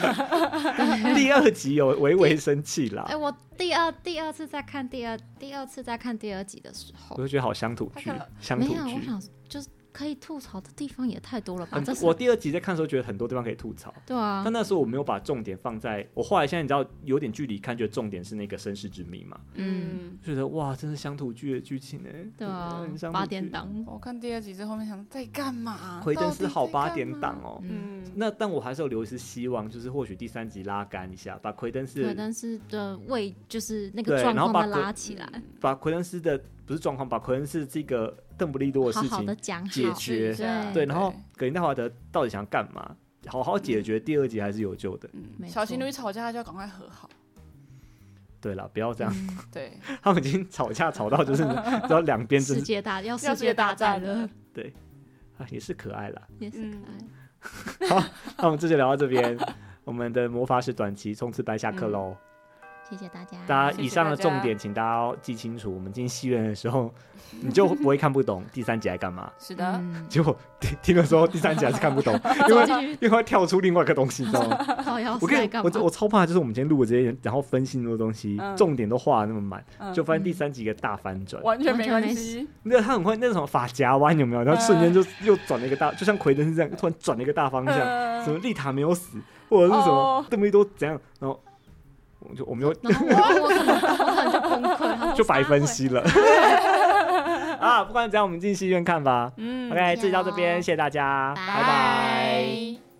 S1: 第二集有微微生气啦
S5: 哎，，我第二第二次在看第二第二次在看第二集的时
S1: 我
S5: 候，
S1: 就觉得好乡土剧
S3: 他看了，
S1: 乡
S5: 没
S1: 土
S5: 有，我
S1: 剧。
S5: 想就是可以吐槽的地方也太多了吧？
S1: 很
S5: 这
S1: 多
S5: 是
S1: 我第二集在看的时候，觉得很多地方可以吐槽，
S5: 对啊
S1: 但，那时候我没有把重点放在我后来现在你知道有点距离看，觉得重点是那个身世之谜嘛，
S5: 嗯，
S3: 嗯，
S1: 觉得哇，真是乡土剧的剧情哎、
S5: 对啊
S1: 很，乡土
S5: 八
S1: 剧
S5: 点，档，
S3: 嗯我看第二集之后面想在干嘛？
S1: 奎登斯好
S3: 到底在干
S1: 八
S3: 嘛
S1: 点档，哦。
S5: 嗯，
S3: 嗯，
S1: 那但我还是有留一丝希望，就是或许第三集拉杆一下，把奎登
S5: 对，
S1: 斯
S5: 但是的胃就是那
S1: 对
S5: 个状
S1: 然后
S5: 况
S1: 把
S5: 再
S1: 鬼
S5: 拉起来，
S1: 把奎登斯的不是状况，把奎登斯这个邓布利多的
S5: 好
S1: 事
S5: 好
S1: 情
S5: 的讲好，
S1: 解决
S3: 是这样
S1: 对，
S3: 对
S1: 然后格林戴华德到底想干嘛？好好解决第二集还是有救的。
S3: 嗯，
S5: 没
S3: 小情
S5: 错
S3: 侣吵架就要赶快和好，
S1: 对了，不要 这样，
S5: 嗯
S3: 对，
S1: 他们已经吵架吵到 就是，然后两边真
S5: 世
S1: 是
S5: 界大要世
S3: 要
S5: 界大战
S3: 了
S5: 了，，嗯
S1: 啊也是可爱啦。
S5: 也是可爱。
S1: 嗯那我们这就聊到这边，我们的魔法史短期冲刺班下课喽，
S5: 谢谢谢大家，
S1: 大家
S3: 谢
S1: 以
S3: 谢
S1: 上的
S3: 大家
S1: 重点，请大家要记清楚。我们进戏院的时候，你就不会看不懂第三集在干嘛。
S3: 是的，
S5: 嗯，
S1: 结果听听的时候，第三集还是看不懂，因为
S5: 走进去
S1: 因为会跳出另外一个东西，你知道 吗？
S5: 靠腰
S1: 我
S5: 是
S1: 跟
S5: 在
S1: 你
S5: 干嘛？
S1: 我我超怕，就是我们今天录的这些，然后分析那么多东西，
S3: 嗯
S1: 重点都画的那么满，
S3: 嗯
S1: 就发现第三集一个大翻转。
S3: 完全没关
S5: 完全没
S3: 系。
S1: 那他很会那种发夹弯有没有？然后瞬间就又转了一个大，就像奎登是这样，突然转了一个大方向。
S3: 呃
S1: 什么丽塔没有死，或者是什么
S3: 哦
S1: 邓布利多怎样，然后我就我们又
S5: 然后我我可能我可能就崩溃，然后我
S1: 就白分
S5: 撒
S1: 析了。啊，不管怎样，我们进戏院看吧。
S3: 嗯
S1: OK，这集到这边，谢谢大家，
S5: 拜
S1: 拜拜。
S3: 拜